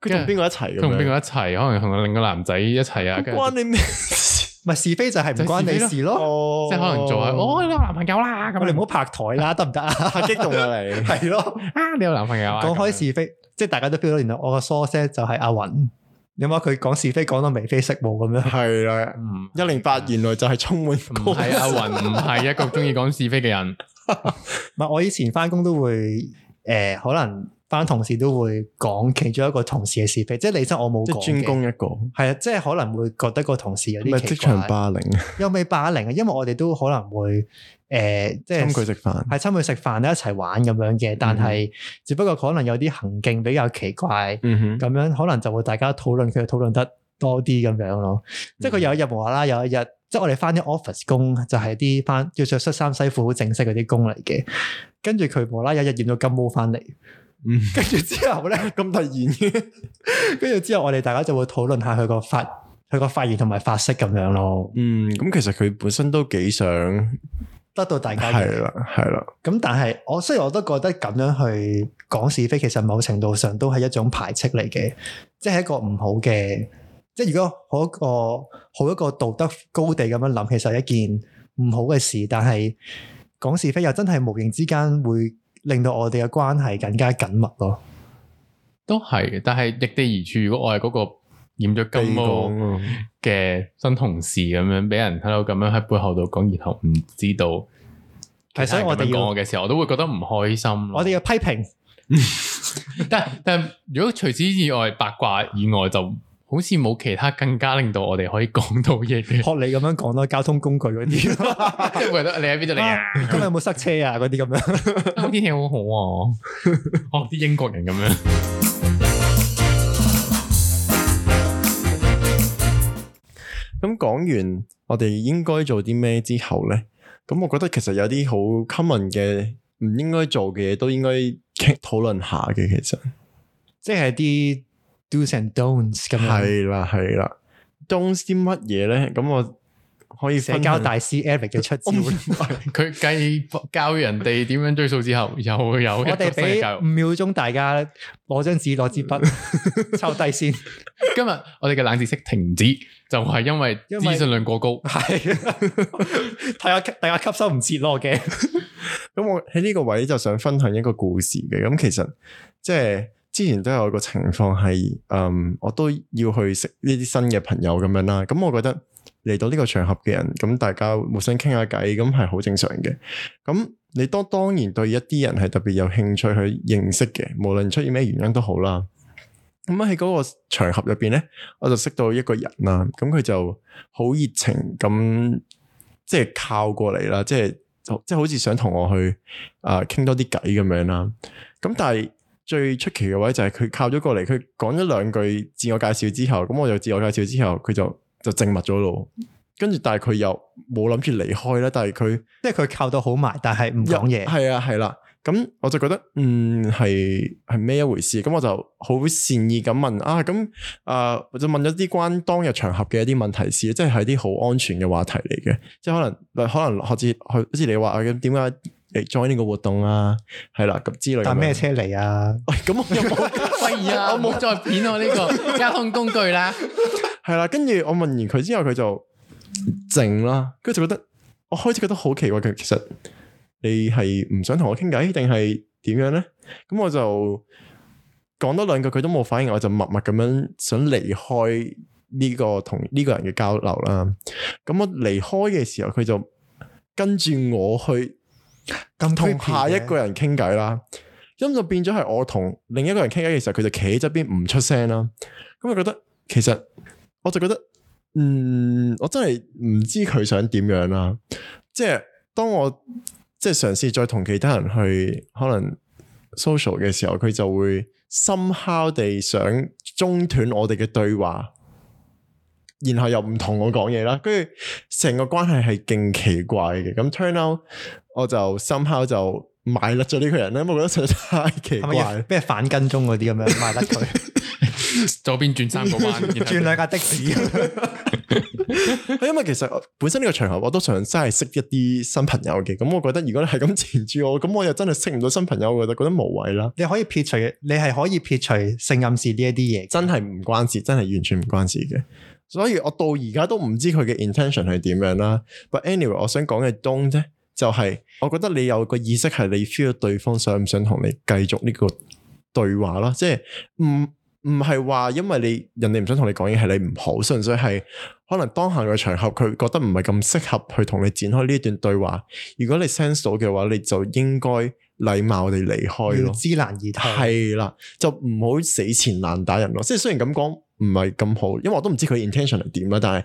Speaker 1: 跟住
Speaker 3: 邊個一齊咁
Speaker 1: 佢同邊
Speaker 3: 樣？
Speaker 1: 個一齊，可能同另一個男仔一齊啊，跟住
Speaker 3: 關你 咩事？
Speaker 2: 咪是非就係唔關你事咯。
Speaker 3: 哦
Speaker 1: 即係可能做下，哦，你有男朋友啦，
Speaker 2: 我
Speaker 1: 咁
Speaker 2: 哋
Speaker 1: 你
Speaker 2: 唔
Speaker 1: 唔
Speaker 2: 好拍台啦，得唔得 啊？
Speaker 3: 太激動啦你！
Speaker 2: 係咯，
Speaker 1: 啊，你有男朋友啊？
Speaker 2: 講開
Speaker 1: 咁樣
Speaker 2: 是非，即係大家都 feel 到，原來我個 source 就係阿雲。你諗下佢講是非講到眉飛色舞咁樣。
Speaker 3: 係啦，
Speaker 1: 嗯，
Speaker 3: 一零八原來就係充滿
Speaker 1: 唔係啊阿雲，唔係一個中意講是非嘅 人，
Speaker 2: 唔係，我以前翻工都會誒、可能翻同事都會講其中一個同事嘅是非，即係你真我冇
Speaker 3: 即
Speaker 2: 講
Speaker 3: 係專
Speaker 2: 嘅。
Speaker 3: 攻一個，
Speaker 2: 係啊，即係可能會覺得個同事有
Speaker 3: 咪
Speaker 2: 啲
Speaker 3: 職
Speaker 2: 奇
Speaker 3: 場
Speaker 2: 怪，
Speaker 3: 霸凌，
Speaker 2: 又未霸凌啊，因為我哋都可能會誒、呃即
Speaker 3: 侵
Speaker 2: 係
Speaker 3: 佢食嗯飯。
Speaker 2: 係侵佢食飯啊咧一齊玩咁樣嘅，但係、只不過可能有啲行徑比較奇怪，
Speaker 3: 嗯
Speaker 2: 咁樣可能就會大家討論佢討論得多啲咁樣咯。
Speaker 3: 嗯
Speaker 2: 即係佢有一日無啦啦有一日，即係我哋翻啲 office 工就係啲翻要着恤衫西褲好正式嗰啲工嚟嘅，跟住佢無啦啦有一日染咗金毛翻嚟，
Speaker 3: 嗯
Speaker 2: 跟住之後 咧，
Speaker 3: 咁突然嘅，
Speaker 2: 跟住之後我哋大家就會討論下佢個髮佢個髮型同埋髮色咁樣咯，
Speaker 3: 嗯，咁其實佢本身都幾想，
Speaker 2: 得到大家嘅
Speaker 3: 係啦，係啦，
Speaker 2: 咁但係我雖然我都覺得咁樣去講是非，其實某程度上都係一種排斥嚟嘅，即係一個唔好嘅，即係如果好一個好一個道德高地咁樣諗，其實係一件唔好嘅事。但係講是非又真係無形之間會令到我哋嘅關係更加緊密咯。
Speaker 1: 都係嘅。但係逆地而處，如果我係嗰個染咗金毛。
Speaker 3: 講啊
Speaker 1: 嘅新同事咁樣，俾人喺度咁樣喺背後度講，然後唔知道
Speaker 2: 係，所以我哋
Speaker 1: 其他人咁樣講
Speaker 2: 要
Speaker 1: 我嘅時候，我都會覺得唔開心咯。
Speaker 2: 我哋要批 評，
Speaker 1: 但但如果除此以外八卦以外，就好似冇其他更加令到我哋可以講到嘢 嘅。
Speaker 2: 學你咁樣講咯，交通工具嗰啲，
Speaker 1: 即係覺 得你喺邊度嚟啊？
Speaker 2: 今日有冇塞車啊嗰啲咁樣。
Speaker 1: 今天氣好好 啊！哦，啲英國人咁樣。
Speaker 3: 咁講完我哋應該做啲咩之後咧，咁我覺得其實有啲好 common 嘅唔應該做嘅嘢都應該傾討論下嘅，其實
Speaker 2: 即係啲 do's and don'ts 咁樣。
Speaker 3: 係啦係啦，don't 啲乜嘢咧？咁我可以
Speaker 2: 社
Speaker 3: 分
Speaker 2: 交
Speaker 3: 享
Speaker 2: 大師 Eric 嘅出招
Speaker 3: 我唔
Speaker 2: 啦。
Speaker 1: 佢計教人哋點樣追數之後，又會有
Speaker 2: 我
Speaker 1: 一個
Speaker 2: 哋
Speaker 1: 新嘅
Speaker 2: 俾
Speaker 1: 教育
Speaker 2: 五。秒鐘大家攞張紙攞支
Speaker 3: 嗯
Speaker 2: 筆 抽低先，
Speaker 1: 今日我哋嘅冷知識停止，就係因為
Speaker 2: 因為
Speaker 1: 資訊量過 高。
Speaker 2: 係睇下 大家吸收唔切咯嘅。
Speaker 3: 咁我喺呢個位就想分享一個故事嘅。咁其實即係之前都有個情況係，嗯，我都要去識呢啲新嘅朋友咁樣啦。咁我覺得嚟到呢個場合嘅人，咁大家互相傾下偈，咁係好正常嘅。咁你當當然對一啲人係特別有興趣去認識嘅，無論出現咩原因都好啦。咁喺嗰個場合入邊咧，我就識到一個人啦。咁佢就好熱情咁即係靠過嚟啦，即係就即係好似想同我去啊傾、多啲偈咁樣啦。咁但係最出奇嘅位就係佢靠咗過嚟，佢講咗兩句自我介紹之後，咁我就自我介紹之後，佢就就靜默咗咯。跟住但係佢又冇諗住離開啦，但係佢。
Speaker 2: 即係佢靠到好埋，但係唔講嘢。
Speaker 3: 系啊，系啦。咁我就覺得，嗯，係係咩一回事？咁我就好善意咁問啊，咁啊、我就問咗啲關當日場合嘅一啲問題事，即係係啲好安全嘅話題嚟嘅，即係可能可能學似好似你話啊咁點解你 join 呢個活動啊？係啦，咁之類咁樣。
Speaker 2: 但咩車嚟啊？
Speaker 3: 喂？咁我又冇。
Speaker 1: 喂呀，我冇再片我呢個交通工具啦。
Speaker 3: 係啦，跟住我問完佢之後，佢就靜啦，跟住就覺得我開始覺得好奇怪，佢其實你係唔想同我傾偈，定係點樣咧？咁我就講多兩句，佢都冇反應，我就默默咁樣想離開呢個同呢個人嘅交流啦。咁我離開嘅時候，佢就跟住我去
Speaker 2: 咁
Speaker 3: 同
Speaker 2: creepy 嘅
Speaker 3: 下一個人傾偈啦。咁就變咗係我同另一個人傾偈嘅時候，佢就企喺側邊唔出聲啦。咁我覺得其實我就覺得，嗯，我真係唔知佢想點樣啦。即係當我即係嘗試再同其他人去可能 social 嘅時候，佢就會深敲地想中斷我哋嘅對話，然後又唔同我講嘢啦。跟住成個關係係勁奇怪嘅。咁 turn out 我就深敲就買甩咗呢個人咧，因為我覺得實在太奇
Speaker 2: 係咪要
Speaker 3: 怪。
Speaker 2: 咩反跟蹤嗰啲咁樣賣甩 佢，
Speaker 1: 左邊轉三個彎，
Speaker 2: 轉兩架的士？
Speaker 3: 係 因為其實呃本身呢個場合我都想真係識一啲新朋友嘅，咁我覺得如果你係咁纏住我，咁我又真係識唔到新朋友，我就覺得無謂啦。
Speaker 2: 你可以撇除，你係可以撇除性暗示呢一啲嘢。
Speaker 3: 真係唔關事，真係完全唔關事嘅。所以我到而家都唔知佢嘅 intention 係點樣啦。But anyway，我想講嘅 don't 咧，就係我覺得你有個意識係你 feel 到對方想唔想同你繼續呢個對話啦，即係唔唔係話因為你人哋唔想同你講嘢係你唔好，純粹係可能當下嘅場合佢覺得唔係咁適合去同你展開呢一段對話。如果你 sense 到嘅話，你就應該禮貌地離開
Speaker 2: 要
Speaker 3: 咯。
Speaker 2: 知難而退。
Speaker 3: 系啦，就唔好死纏爛打人咯。即系雖然咁講唔係咁好，因為我都唔知佢 intention 係點啦。但係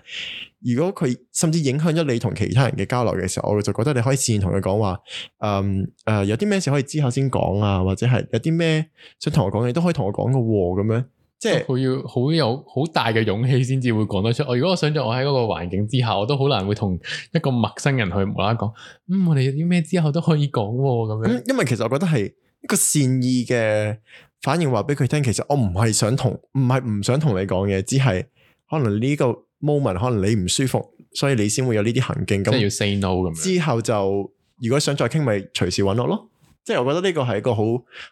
Speaker 3: 如果佢甚至影響咗你同其他人嘅交流嘅時候，我就覺得你可以事先同佢講話，嗯诶、呃有啲咩事可以之後先講啊，或者係有啲咩想同我講嘅都可以同我講嘅喎，咁樣即係
Speaker 1: 佢要好有好大嘅勇氣先至會講得出。我如果我想象我喺嗰個環境之下，我都好難會同一個陌生人去無啦啦講，嗯，我哋有啲咩之後都可以講喎咁樣。
Speaker 3: 咁。因為其實我覺得係一個善意嘅反應，話俾佢聽，其實我唔係想同，唔係唔想同你講嘢，只係可能呢個 moment 可能你唔舒服，所以你先會有呢啲行徑
Speaker 1: 即係
Speaker 3: 咁
Speaker 1: 要。say no 咁樣，
Speaker 3: 之後就如果想再傾，咪隨時揾我咯。即係我覺得呢個係一個好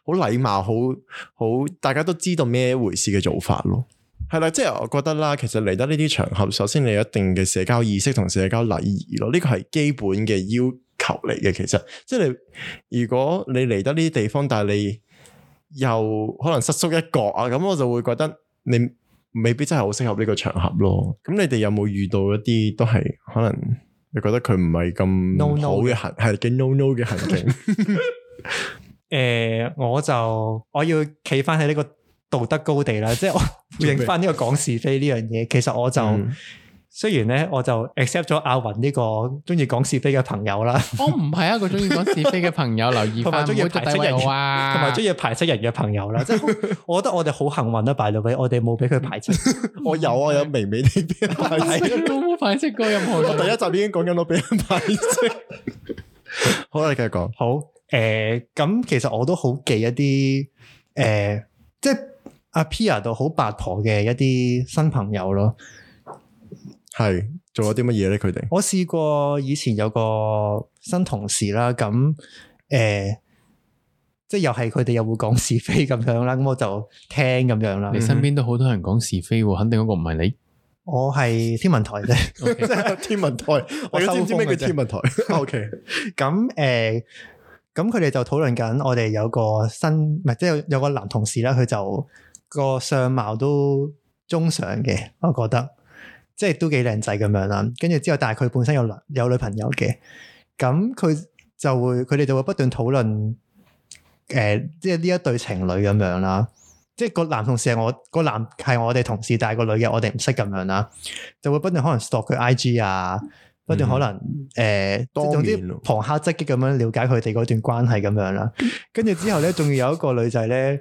Speaker 3: 好禮貌、好好大家都知道咩回事嘅做法咯。係啦，即係我覺得啦，其實嚟得呢啲場合，首先你有一定嘅社交意識同社交禮儀咯，呢個係基本嘅要求嚟嘅。其實即係你如果你嚟得呢啲地方，但係你又可能失足一角啊，咁我就會覺得你未必真係好適合呢個場合咯。咁你哋有冇遇到一啲都係可能你覺得佢唔係
Speaker 2: No,
Speaker 3: 咁
Speaker 2: no
Speaker 3: 好嘅行係嘅 no no 嘅行徑？
Speaker 2: 诶、呃我就我要企翻喺呢個道德高地啦，即係我
Speaker 3: 做咩
Speaker 2: 回應翻呢個講是非呢樣嘢。其實我就、
Speaker 3: 嗯
Speaker 2: 雖然咧，我就 accept 咗阿云呢個中意講是非嘅朋友啦，
Speaker 1: 我唔係一個中意講是非嘅朋友，留意
Speaker 2: 同埋
Speaker 1: 翻，唔好
Speaker 2: 中意
Speaker 1: 再
Speaker 2: 排斥
Speaker 1: 詆
Speaker 2: 人
Speaker 1: 毀我啊！
Speaker 2: 同埋 中意排斥人嘅朋友啦。即係我覺得我哋好幸運啦，by 啊 the way，我哋冇俾佢排斥。
Speaker 3: 我有啊，有微微地俾人排斥。
Speaker 1: 我冇排斥過任何
Speaker 3: 我第
Speaker 1: 人。
Speaker 3: 一集已經講緊我俾人排斥。 好啦，你繼續講。
Speaker 2: 好，诶、咁其實我都好記一啲诶、誒即係阿 Pia 度好八婆嘅一啲新朋友咯。
Speaker 3: 係做咗啲乜嘢咧？佢哋
Speaker 2: 我試過以前有個新同事啦，咁诶、呃即係又係佢哋又會講是非咁樣啦，咁我就聽咁樣啦
Speaker 1: 你。身邊都好多人講是非喎，肯定嗰個唔係 你。
Speaker 2: 我係天文台啫，
Speaker 1: OK，
Speaker 3: 天文台，
Speaker 2: 我
Speaker 3: 我啊
Speaker 2: 收
Speaker 3: 知唔知咩
Speaker 2: 風嘅啫
Speaker 3: 叫天 文台？OK，
Speaker 2: 咁诶，呃咁佢哋就討論緊，我哋有個新，唔係即係有有個男同事啦，佢就個相貌都中上嘅，我覺得，即係都幾靚仔咁樣啦。跟住之後，但係佢本身有男有女朋友嘅，咁佢就會佢哋就會不斷討論，诶、即係呢一對情侶咁樣啦。即係個男同事係我個男係我哋同事，但係個女嘅我哋唔識咁樣啦，就會不斷可能 stalk 佢 IG 啊，不斷
Speaker 3: 嗯
Speaker 2: 可能诶，呃即係
Speaker 3: 當
Speaker 2: 總之
Speaker 3: 面咯
Speaker 2: 旁敲側擊咁樣了解佢哋嗰段關係咁樣啦。跟住之後咧，仲要有一個女仔咧，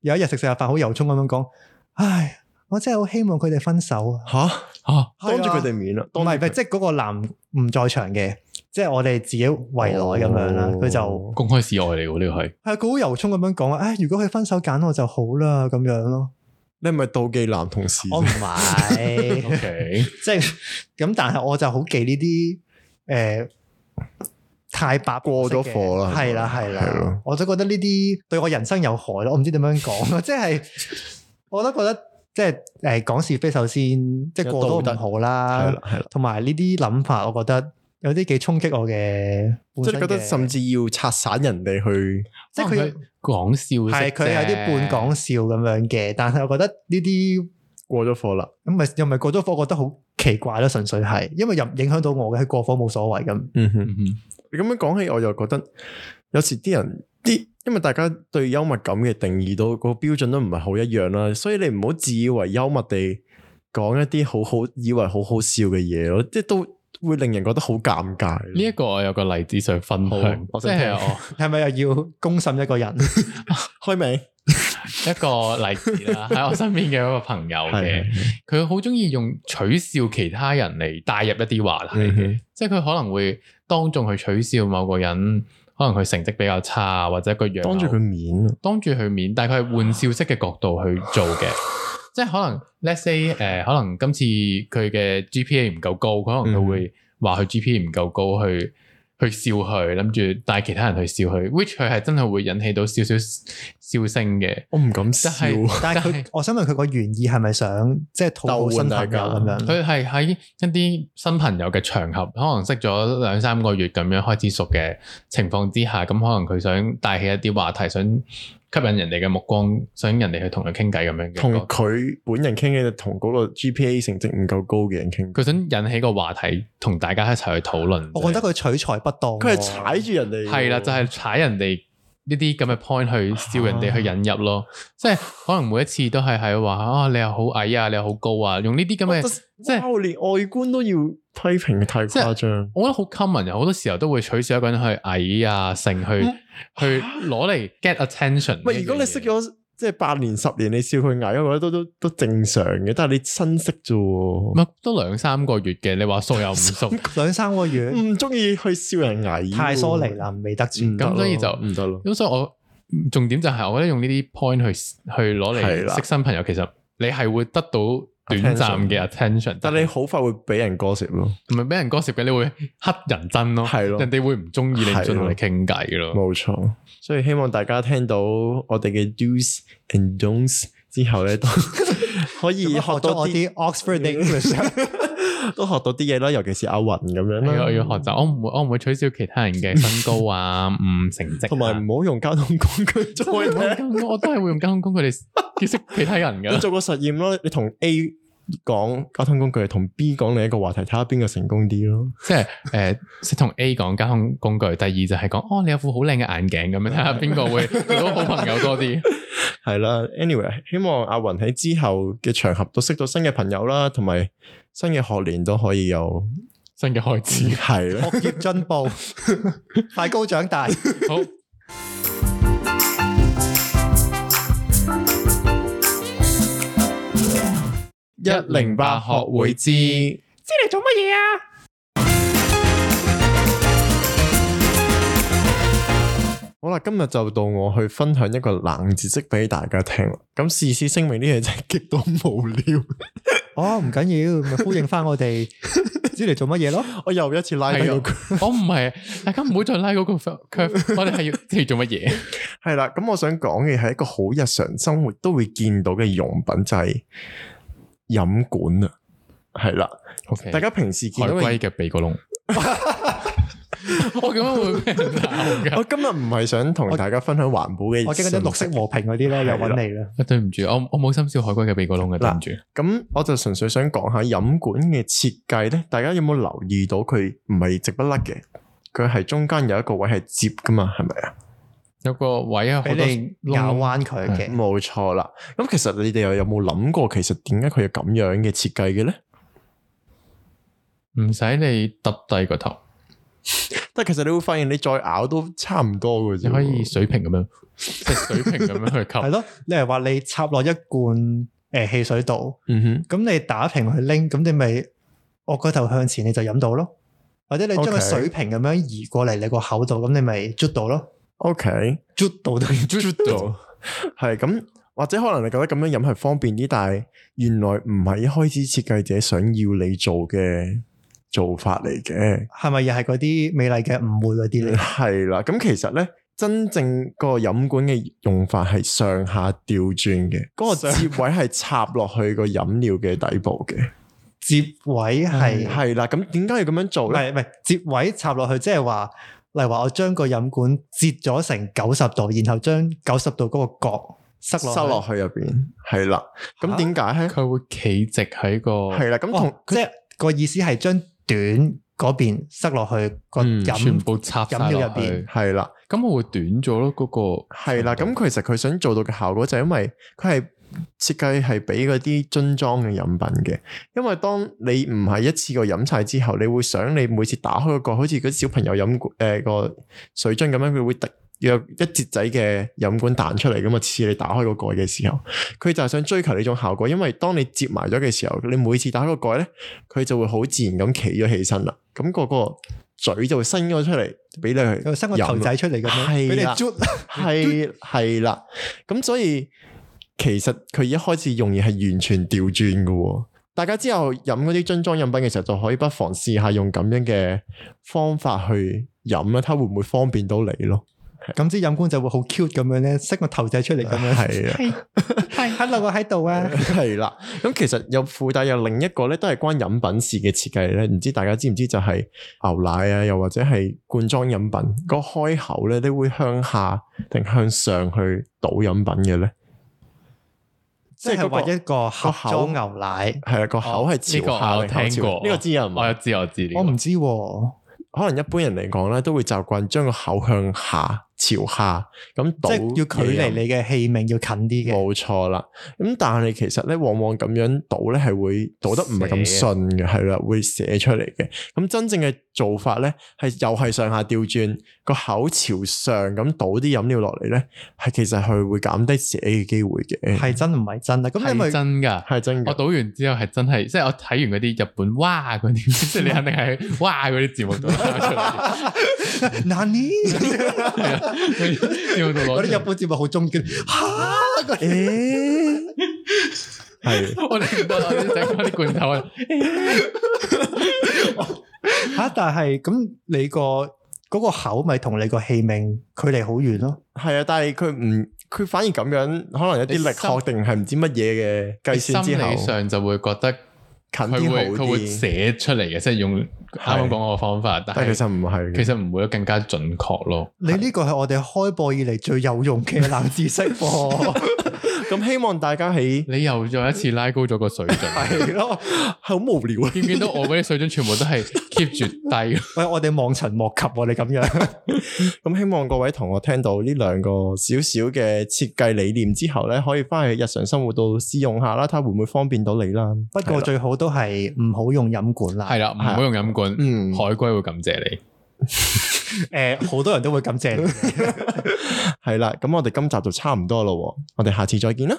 Speaker 2: 有一日食食下飯好由衷咁樣講：，唉，我真係好希望佢哋分手啊！
Speaker 3: 吓
Speaker 1: 啊，
Speaker 3: 當住佢哋面啦，
Speaker 2: 唔
Speaker 3: 當住
Speaker 2: 係，唔係
Speaker 3: 佢
Speaker 2: 即係嗰個男唔在場嘅，即係我哋自己圍內咁樣啦。
Speaker 3: 哦
Speaker 2: 佢就
Speaker 1: 公開示愛嚟喎，呢個 係
Speaker 2: 係佢好由衷咁樣講啊！唉，如果佢分手揀我就好啦，咁樣 咯。哦
Speaker 3: 你係咪妒忌男同事？
Speaker 2: 我唔係。
Speaker 1: OK，
Speaker 2: 即係 咁，但係我就好忌呢啲诶太白
Speaker 3: 過咗火啦
Speaker 2: 系啦係
Speaker 3: 係
Speaker 2: 啦
Speaker 3: 咯，
Speaker 2: 我就覺得呢啲對我人生有害咯，我唔知點樣講，啊即係我都覺得即係诶讲是非首先，即係
Speaker 3: 有
Speaker 2: 過多
Speaker 3: 道
Speaker 2: 唔
Speaker 3: 德
Speaker 2: 好
Speaker 3: 係
Speaker 2: 啊啦
Speaker 3: 啦，，係啦，
Speaker 2: 同埋呢啲諗法，我覺得有啲幾衝擊我嘅本
Speaker 3: 即
Speaker 2: 身嘅，
Speaker 3: 係你覺得甚哦至要拆散人哋去，
Speaker 2: 即係佢
Speaker 1: 啊講笑
Speaker 2: 係
Speaker 1: 式啫，
Speaker 2: 佢有啲半講笑咁樣嘅，但係我覺得呢啲。
Speaker 3: 過咗火啦，
Speaker 2: 咁咪又咪過咗火，覺得好奇怪咯，純粹係，因為又唔影響到我嘅，佢過火冇所謂咁。
Speaker 3: 嗯哼。
Speaker 1: 嗯哼
Speaker 3: 你咁樣講起，我又覺得有時啲人啲，因為大家對幽默感嘅定義都個標準都唔係好一樣啦，所以你唔好自以為幽默地講一啲好好以為好好笑嘅嘢咯，即係都會令人覺得好尷尬。
Speaker 1: 呢一個我有個例子想分
Speaker 3: 好
Speaker 1: 享，
Speaker 3: 我
Speaker 1: 即
Speaker 3: 想
Speaker 1: 係
Speaker 3: 聽
Speaker 1: 我
Speaker 2: 係咪又要公審一個 人？
Speaker 3: 開名
Speaker 1: 一個例子 啦，喺我身邊嘅一個朋友嘅，
Speaker 3: 係
Speaker 1: 佢好中意用取笑其他人嚟帶入一啲話題
Speaker 3: 嗯
Speaker 1: 嘅，
Speaker 3: 哼
Speaker 1: 即係佢可能會當眾去取笑某個人，可能佢成績比較差或者個樣
Speaker 3: 當住佢面啊，
Speaker 1: 當住佢面，但係佢係玩笑式嘅角度去做 嘅，即係可能 let's say 誒、可能今次佢嘅 GPA 唔夠高，可
Speaker 3: 嗯
Speaker 1: 能佢會話佢 GPA 唔夠高去去笑佢，諗住帶其他人去笑佢，which 佢係真係會引起到少少笑聲嘅。
Speaker 3: 我唔敢笑，
Speaker 1: 但係
Speaker 2: 但係佢，我想問佢個原意係咪想即係討好新朋友咁樣？
Speaker 1: 佢係喺一啲新朋友嘅場合，可能識咗兩三個月咁樣開始熟嘅情況之下，咁可能佢想帶起一啲話題，想吸引人哋嘅目光，想人哋去同佢傾偈咁樣嘅
Speaker 3: 同
Speaker 1: 角度
Speaker 3: 佢本人傾嘅，同嗰個 GPA 成績唔夠高嘅人傾。
Speaker 1: 佢想引起個話題，同大家一齊去討論。
Speaker 2: 我覺得佢取材不當喎。
Speaker 3: 佢係踩住人哋，
Speaker 1: 哦係啦，就係、踩人哋呢啲咁嘅 point 去笑人哋去引入咯，即係可能每一次都係喺話啊，你又好矮啊，你又好高啊，用呢啲咁
Speaker 3: 我
Speaker 1: 嘅
Speaker 3: 覺得，
Speaker 1: 即係
Speaker 3: 哇我連外觀都要批評，太
Speaker 1: 即係
Speaker 3: 誇張。
Speaker 1: 我覺得好 common，有好多時候都會取笑一個人去矮啊，成去
Speaker 3: 嗯
Speaker 1: 去攞嚟 get attention 呢一樣嘢。
Speaker 3: 唔係，如果你識咗即係八年、十年，你笑佢矮，我覺得都都都正常嘅。但係你新識啫
Speaker 1: 唔
Speaker 3: 喎，
Speaker 1: 係都兩三個月嘅，你話熟又唔 熟，
Speaker 2: 兩三個月
Speaker 3: 唔中意去笑人矮喎，
Speaker 2: 太疏離啦，未得住。
Speaker 3: 唔得咯，
Speaker 1: 咁所以就
Speaker 3: 唔得咯。
Speaker 1: 咁所以我重點就係，我覺得用呢啲 point 去去攞
Speaker 3: 係啦
Speaker 1: 嚟識新朋友，其實你係會得到短暫嘅 attention，
Speaker 3: 但係你好快會俾人 gossip 咯，
Speaker 1: 唔係俾人 gossip 嘅，你會黑人憎咯，
Speaker 3: 係咯
Speaker 1: 人哋會唔中意你，唔想同你傾偈咯。
Speaker 3: 冇錯。所以希望大家聽到我哋嘅 do's and don'ts 之後咧，都 可以
Speaker 2: 學
Speaker 3: 學
Speaker 2: 咗
Speaker 3: 到
Speaker 2: 我
Speaker 3: 啲
Speaker 2: 啲 Oxford English，
Speaker 3: 都學到啲嘢啦，尤其是阿雲咁樣
Speaker 1: 係啊
Speaker 3: 啦
Speaker 1: 我要學習，我唔會，我唔會取笑其他人嘅身高啊，唔成績啊，
Speaker 3: 同埋唔好用交通工具再
Speaker 1: 我
Speaker 3: 聽
Speaker 1: 我我都係會用交通工具嚟結識其他人
Speaker 3: 你
Speaker 1: 㗎。
Speaker 3: 做個實驗咯，你同 A 講交通工具，同 B 講另一個話題，睇下邊個成功啲咯。
Speaker 1: 即係誒，識同 A 講交通工具，第二就係講哦，你有副好靚嘅眼鏡咁樣，睇下邊個會做到好朋友多啲。
Speaker 3: 係啦，anyway，希望阿雲喺之後嘅場合都識到新嘅朋友啦，同埋新嘅學年都可以有
Speaker 1: 新嘅開始。
Speaker 3: 係啦。
Speaker 2: 學業進 步，快高長大。
Speaker 1: 好。一零八學會知，
Speaker 2: 知你做乜嘢啊？
Speaker 3: 好啦，今日就到我去分享一個冷知識俾大家聽啦。咁事先聲明呢嘢真係極度無聊，
Speaker 2: 哦，唔緊要，咪呼應翻我哋，知你做乜嘢 咯？
Speaker 3: 我又一次拉低
Speaker 1: 係
Speaker 3: 咗
Speaker 1: 啊
Speaker 3: 佢。
Speaker 1: 我唔係，大家唔好再拉嗰個 curve，我哋係要即係做乜嘢？
Speaker 3: 係啦，咁我想講嘅係一個好日常生活都會見到嘅用品，就係飲管啊。係啦，
Speaker 1: OK，
Speaker 3: 大家平時見
Speaker 1: 海
Speaker 3: 到嘅
Speaker 1: 龜嘅鼻個窿， 我咁樣會俾人鬧
Speaker 3: 我今日唔係想同大家分享環保嘅，
Speaker 2: 我驚嗰啲綠色。和平嗰啲咧，又揾你啦。
Speaker 1: 啊噶。對唔住，我我冇心笑海龜嘅鼻個窿嘅，對唔住。
Speaker 3: 咁我就純粹想講下飲管嘅設計咧，大家有冇留意到佢唔係直不甩嘅？佢係中間有一個位係接噶嘛，係咪啊？
Speaker 1: 有個位啊，好
Speaker 2: 俾
Speaker 1: 多
Speaker 2: 你咬
Speaker 1: 窿，
Speaker 2: 彎佢嘅，
Speaker 3: 冇錯啦。咁其實你哋又有冇諗過，其實點解佢有咁樣嘅設計嘅咧？
Speaker 1: 唔使你耷低個頭，
Speaker 3: 但其實你會發現你再咬都差唔多嘅啫。
Speaker 1: 你可以水平咁樣，即係水平咁樣去
Speaker 2: 係
Speaker 1: 吸。
Speaker 2: 咯，你係話你插落一罐诶汽水度，
Speaker 3: 嗯哼，
Speaker 2: 咁你打平去拎，咁你咪我個頭向前你就飲到咯，或者你將
Speaker 3: OK
Speaker 2: 佢水平咁樣移過嚟你個口度，咁你咪啜到咯，
Speaker 3: OK。
Speaker 2: 啜到 都要啜
Speaker 3: 啜到，係咁，或者可能你覺得咁樣飲係方便啲，但係原來唔係一開始設計者想要你做嘅做法嚟嘅，
Speaker 2: 係咪又係嗰啲美麗嘅誤會嗰啲嚟？
Speaker 3: 係啦。咁其實咧，真正個飲管嘅用法係上下調轉嘅，嗰、個
Speaker 2: 上
Speaker 3: 接位係插落去個飲料嘅底部嘅，
Speaker 2: 接位係
Speaker 3: 係啦。咁點解要咁樣
Speaker 2: 唔
Speaker 3: 做
Speaker 2: 係
Speaker 3: 咧？
Speaker 2: 唔係接位插落去，即係話，例如話我將個飲管折咗成九十度，然後將九十度嗰個角塞落去
Speaker 3: 收落，去入邊，係啦。咁
Speaker 2: 嚇
Speaker 3: 點解咧？
Speaker 1: 佢會企直喺個
Speaker 3: 係啦，啊咁同
Speaker 2: 哦即係個意思係將短嗰邊塞落去個
Speaker 3: 嗯
Speaker 1: 全
Speaker 2: 飲
Speaker 1: 部插晒
Speaker 2: 飲料
Speaker 1: 落
Speaker 2: 入邊
Speaker 1: 去，
Speaker 3: 係啦。
Speaker 1: 咁我會短咗咯。嗰個
Speaker 3: 系啦，咁其實佢想做到嘅效果就係因為佢係設計係俾嗰啲樽裝嘅飲品嘅，因為當你唔係一次過飲晒之後，你會想你每次打開個好似嗰啲小朋友飲誒個水樽咁樣，佢會滴有一截仔嘅飲管彈出嚟噶嘛，次次你打開個蓋嘅時候，佢就係想追求呢種效果，因為當你接埋咗嘅時候，你每次打開個蓋咧，佢就會好自然咁企咗起身啦，咁、個個嘴就會伸咗出嚟俾你去
Speaker 2: 又伸個頭
Speaker 3: 飲啦
Speaker 2: 仔出嚟咁樣，
Speaker 3: 係
Speaker 2: 俾你
Speaker 3: 啦
Speaker 2: 啜。
Speaker 3: 系系啦，咁所以其實佢一開始用意係完全調轉嘅喎。大家之後飲嗰啲樽裝飲品嘅時候，就可以不妨試下用咁樣嘅方法去飲啦，睇下會唔會方便到你咯。
Speaker 2: 咁支飲管就會好 cute 咁樣咧，塞個頭仔出嚟咁樣。
Speaker 3: 係啊，
Speaker 2: 係，hello 我喺度啊！
Speaker 3: 係啦。咁其實有附帶有另一個咧，都係關飲品事嘅設計咧。唔知大家知唔知就係牛奶啊，又或者係罐裝飲品個開口咧，你會向下定向上去倒飲品嘅咧？
Speaker 2: 即
Speaker 3: 係嗰
Speaker 2: 係
Speaker 3: 個
Speaker 2: 話一個盒
Speaker 3: 口
Speaker 2: 裝牛奶，
Speaker 3: 系啦，個口
Speaker 1: 哦
Speaker 3: 係
Speaker 1: 呢個
Speaker 3: 朝
Speaker 1: 我
Speaker 3: 下
Speaker 1: 有
Speaker 3: 定口
Speaker 1: 聽
Speaker 3: 朝
Speaker 1: 過
Speaker 3: 呢個知有
Speaker 1: 我
Speaker 3: 嘛？
Speaker 1: 知我知呢個
Speaker 2: 我唔知喎。
Speaker 3: 可能一般人嚟講咧，都會習慣將個口向下朝下咁
Speaker 2: 即
Speaker 3: 倒，
Speaker 2: 係要距離你嘅器皿要近啲嘅。
Speaker 3: 冇錯啦。咁但係其實咧，往往咁樣倒咧係會倒得唔係咁
Speaker 1: 寫
Speaker 3: 順嘅，係啦，會寫出嚟嘅。咁真正嘅做法咧，係又係上下調轉個口朝上咁倒啲飲料落嚟咧，係其實係會減低寫嘅機會嘅。
Speaker 2: 係真唔係真啊？咁你咪
Speaker 1: 係真㗎。
Speaker 3: 係真
Speaker 1: 我
Speaker 3: 嘅，
Speaker 1: 倒完之後係真係，即係我睇完嗰啲日本哇嗰啲， 即係你肯定係哇嗰啲字幕度 打出嚟，
Speaker 2: 嗱 呢？
Speaker 1: 係啊字幕度
Speaker 2: 我
Speaker 1: 攞
Speaker 2: 啲
Speaker 1: 出
Speaker 2: 日
Speaker 1: 嚟。
Speaker 2: 本節目好中意嘅，嚇
Speaker 3: 誒係
Speaker 1: 我哋唔得，我哋整翻啲罐頭啊！
Speaker 2: 嚇！但係咁你個嗰個口咪同你個器皿距離好遠咯。
Speaker 3: 係啊，但係佢唔，佢反而咁樣，可能有啲力學定係唔知乜嘢嘅計
Speaker 1: 心
Speaker 3: 算之
Speaker 1: 理
Speaker 3: 後，
Speaker 1: 上就會覺得
Speaker 3: 近
Speaker 1: 佢
Speaker 3: 啲
Speaker 1: 會
Speaker 3: 好
Speaker 1: 佢會
Speaker 3: 啲。
Speaker 1: 寫出嚟嘅，即係用啱啱講嗰個方法，但
Speaker 3: 但係
Speaker 1: 係
Speaker 3: 其實唔係嘅，
Speaker 1: 其實唔會更加準確咯。
Speaker 2: 你呢個係我哋開播以嚟最有用嘅冷知識喎，
Speaker 3: 咁希望大家喺
Speaker 1: 你又再一次拉高咗個水 準，
Speaker 2: 係咯。
Speaker 3: 係好無聊啊！
Speaker 1: 見唔見到我嗰啲水準全部都係 keep 住 低？
Speaker 2: 喂，我哋望塵莫及喎，你咁樣
Speaker 3: 咁希望各位同學聽到呢兩個少少嘅設計理念之後咧，可以翻去日常生活度試用下啦，睇下會唔會方便到你啦。
Speaker 2: 不過最好都係唔好用飲管啦。
Speaker 1: 係啦，唔好用飲管，
Speaker 3: 嗯
Speaker 1: 海龜會感謝你。
Speaker 2: 誒，好多人都會感謝你。
Speaker 3: 係啦，咁我哋今集就差唔多啦喎，我哋下次再見啦，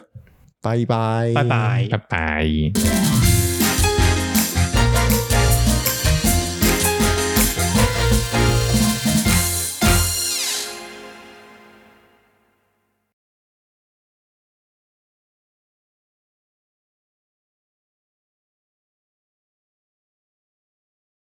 Speaker 3: 拜拜，
Speaker 2: 拜拜。
Speaker 1: 拜拜。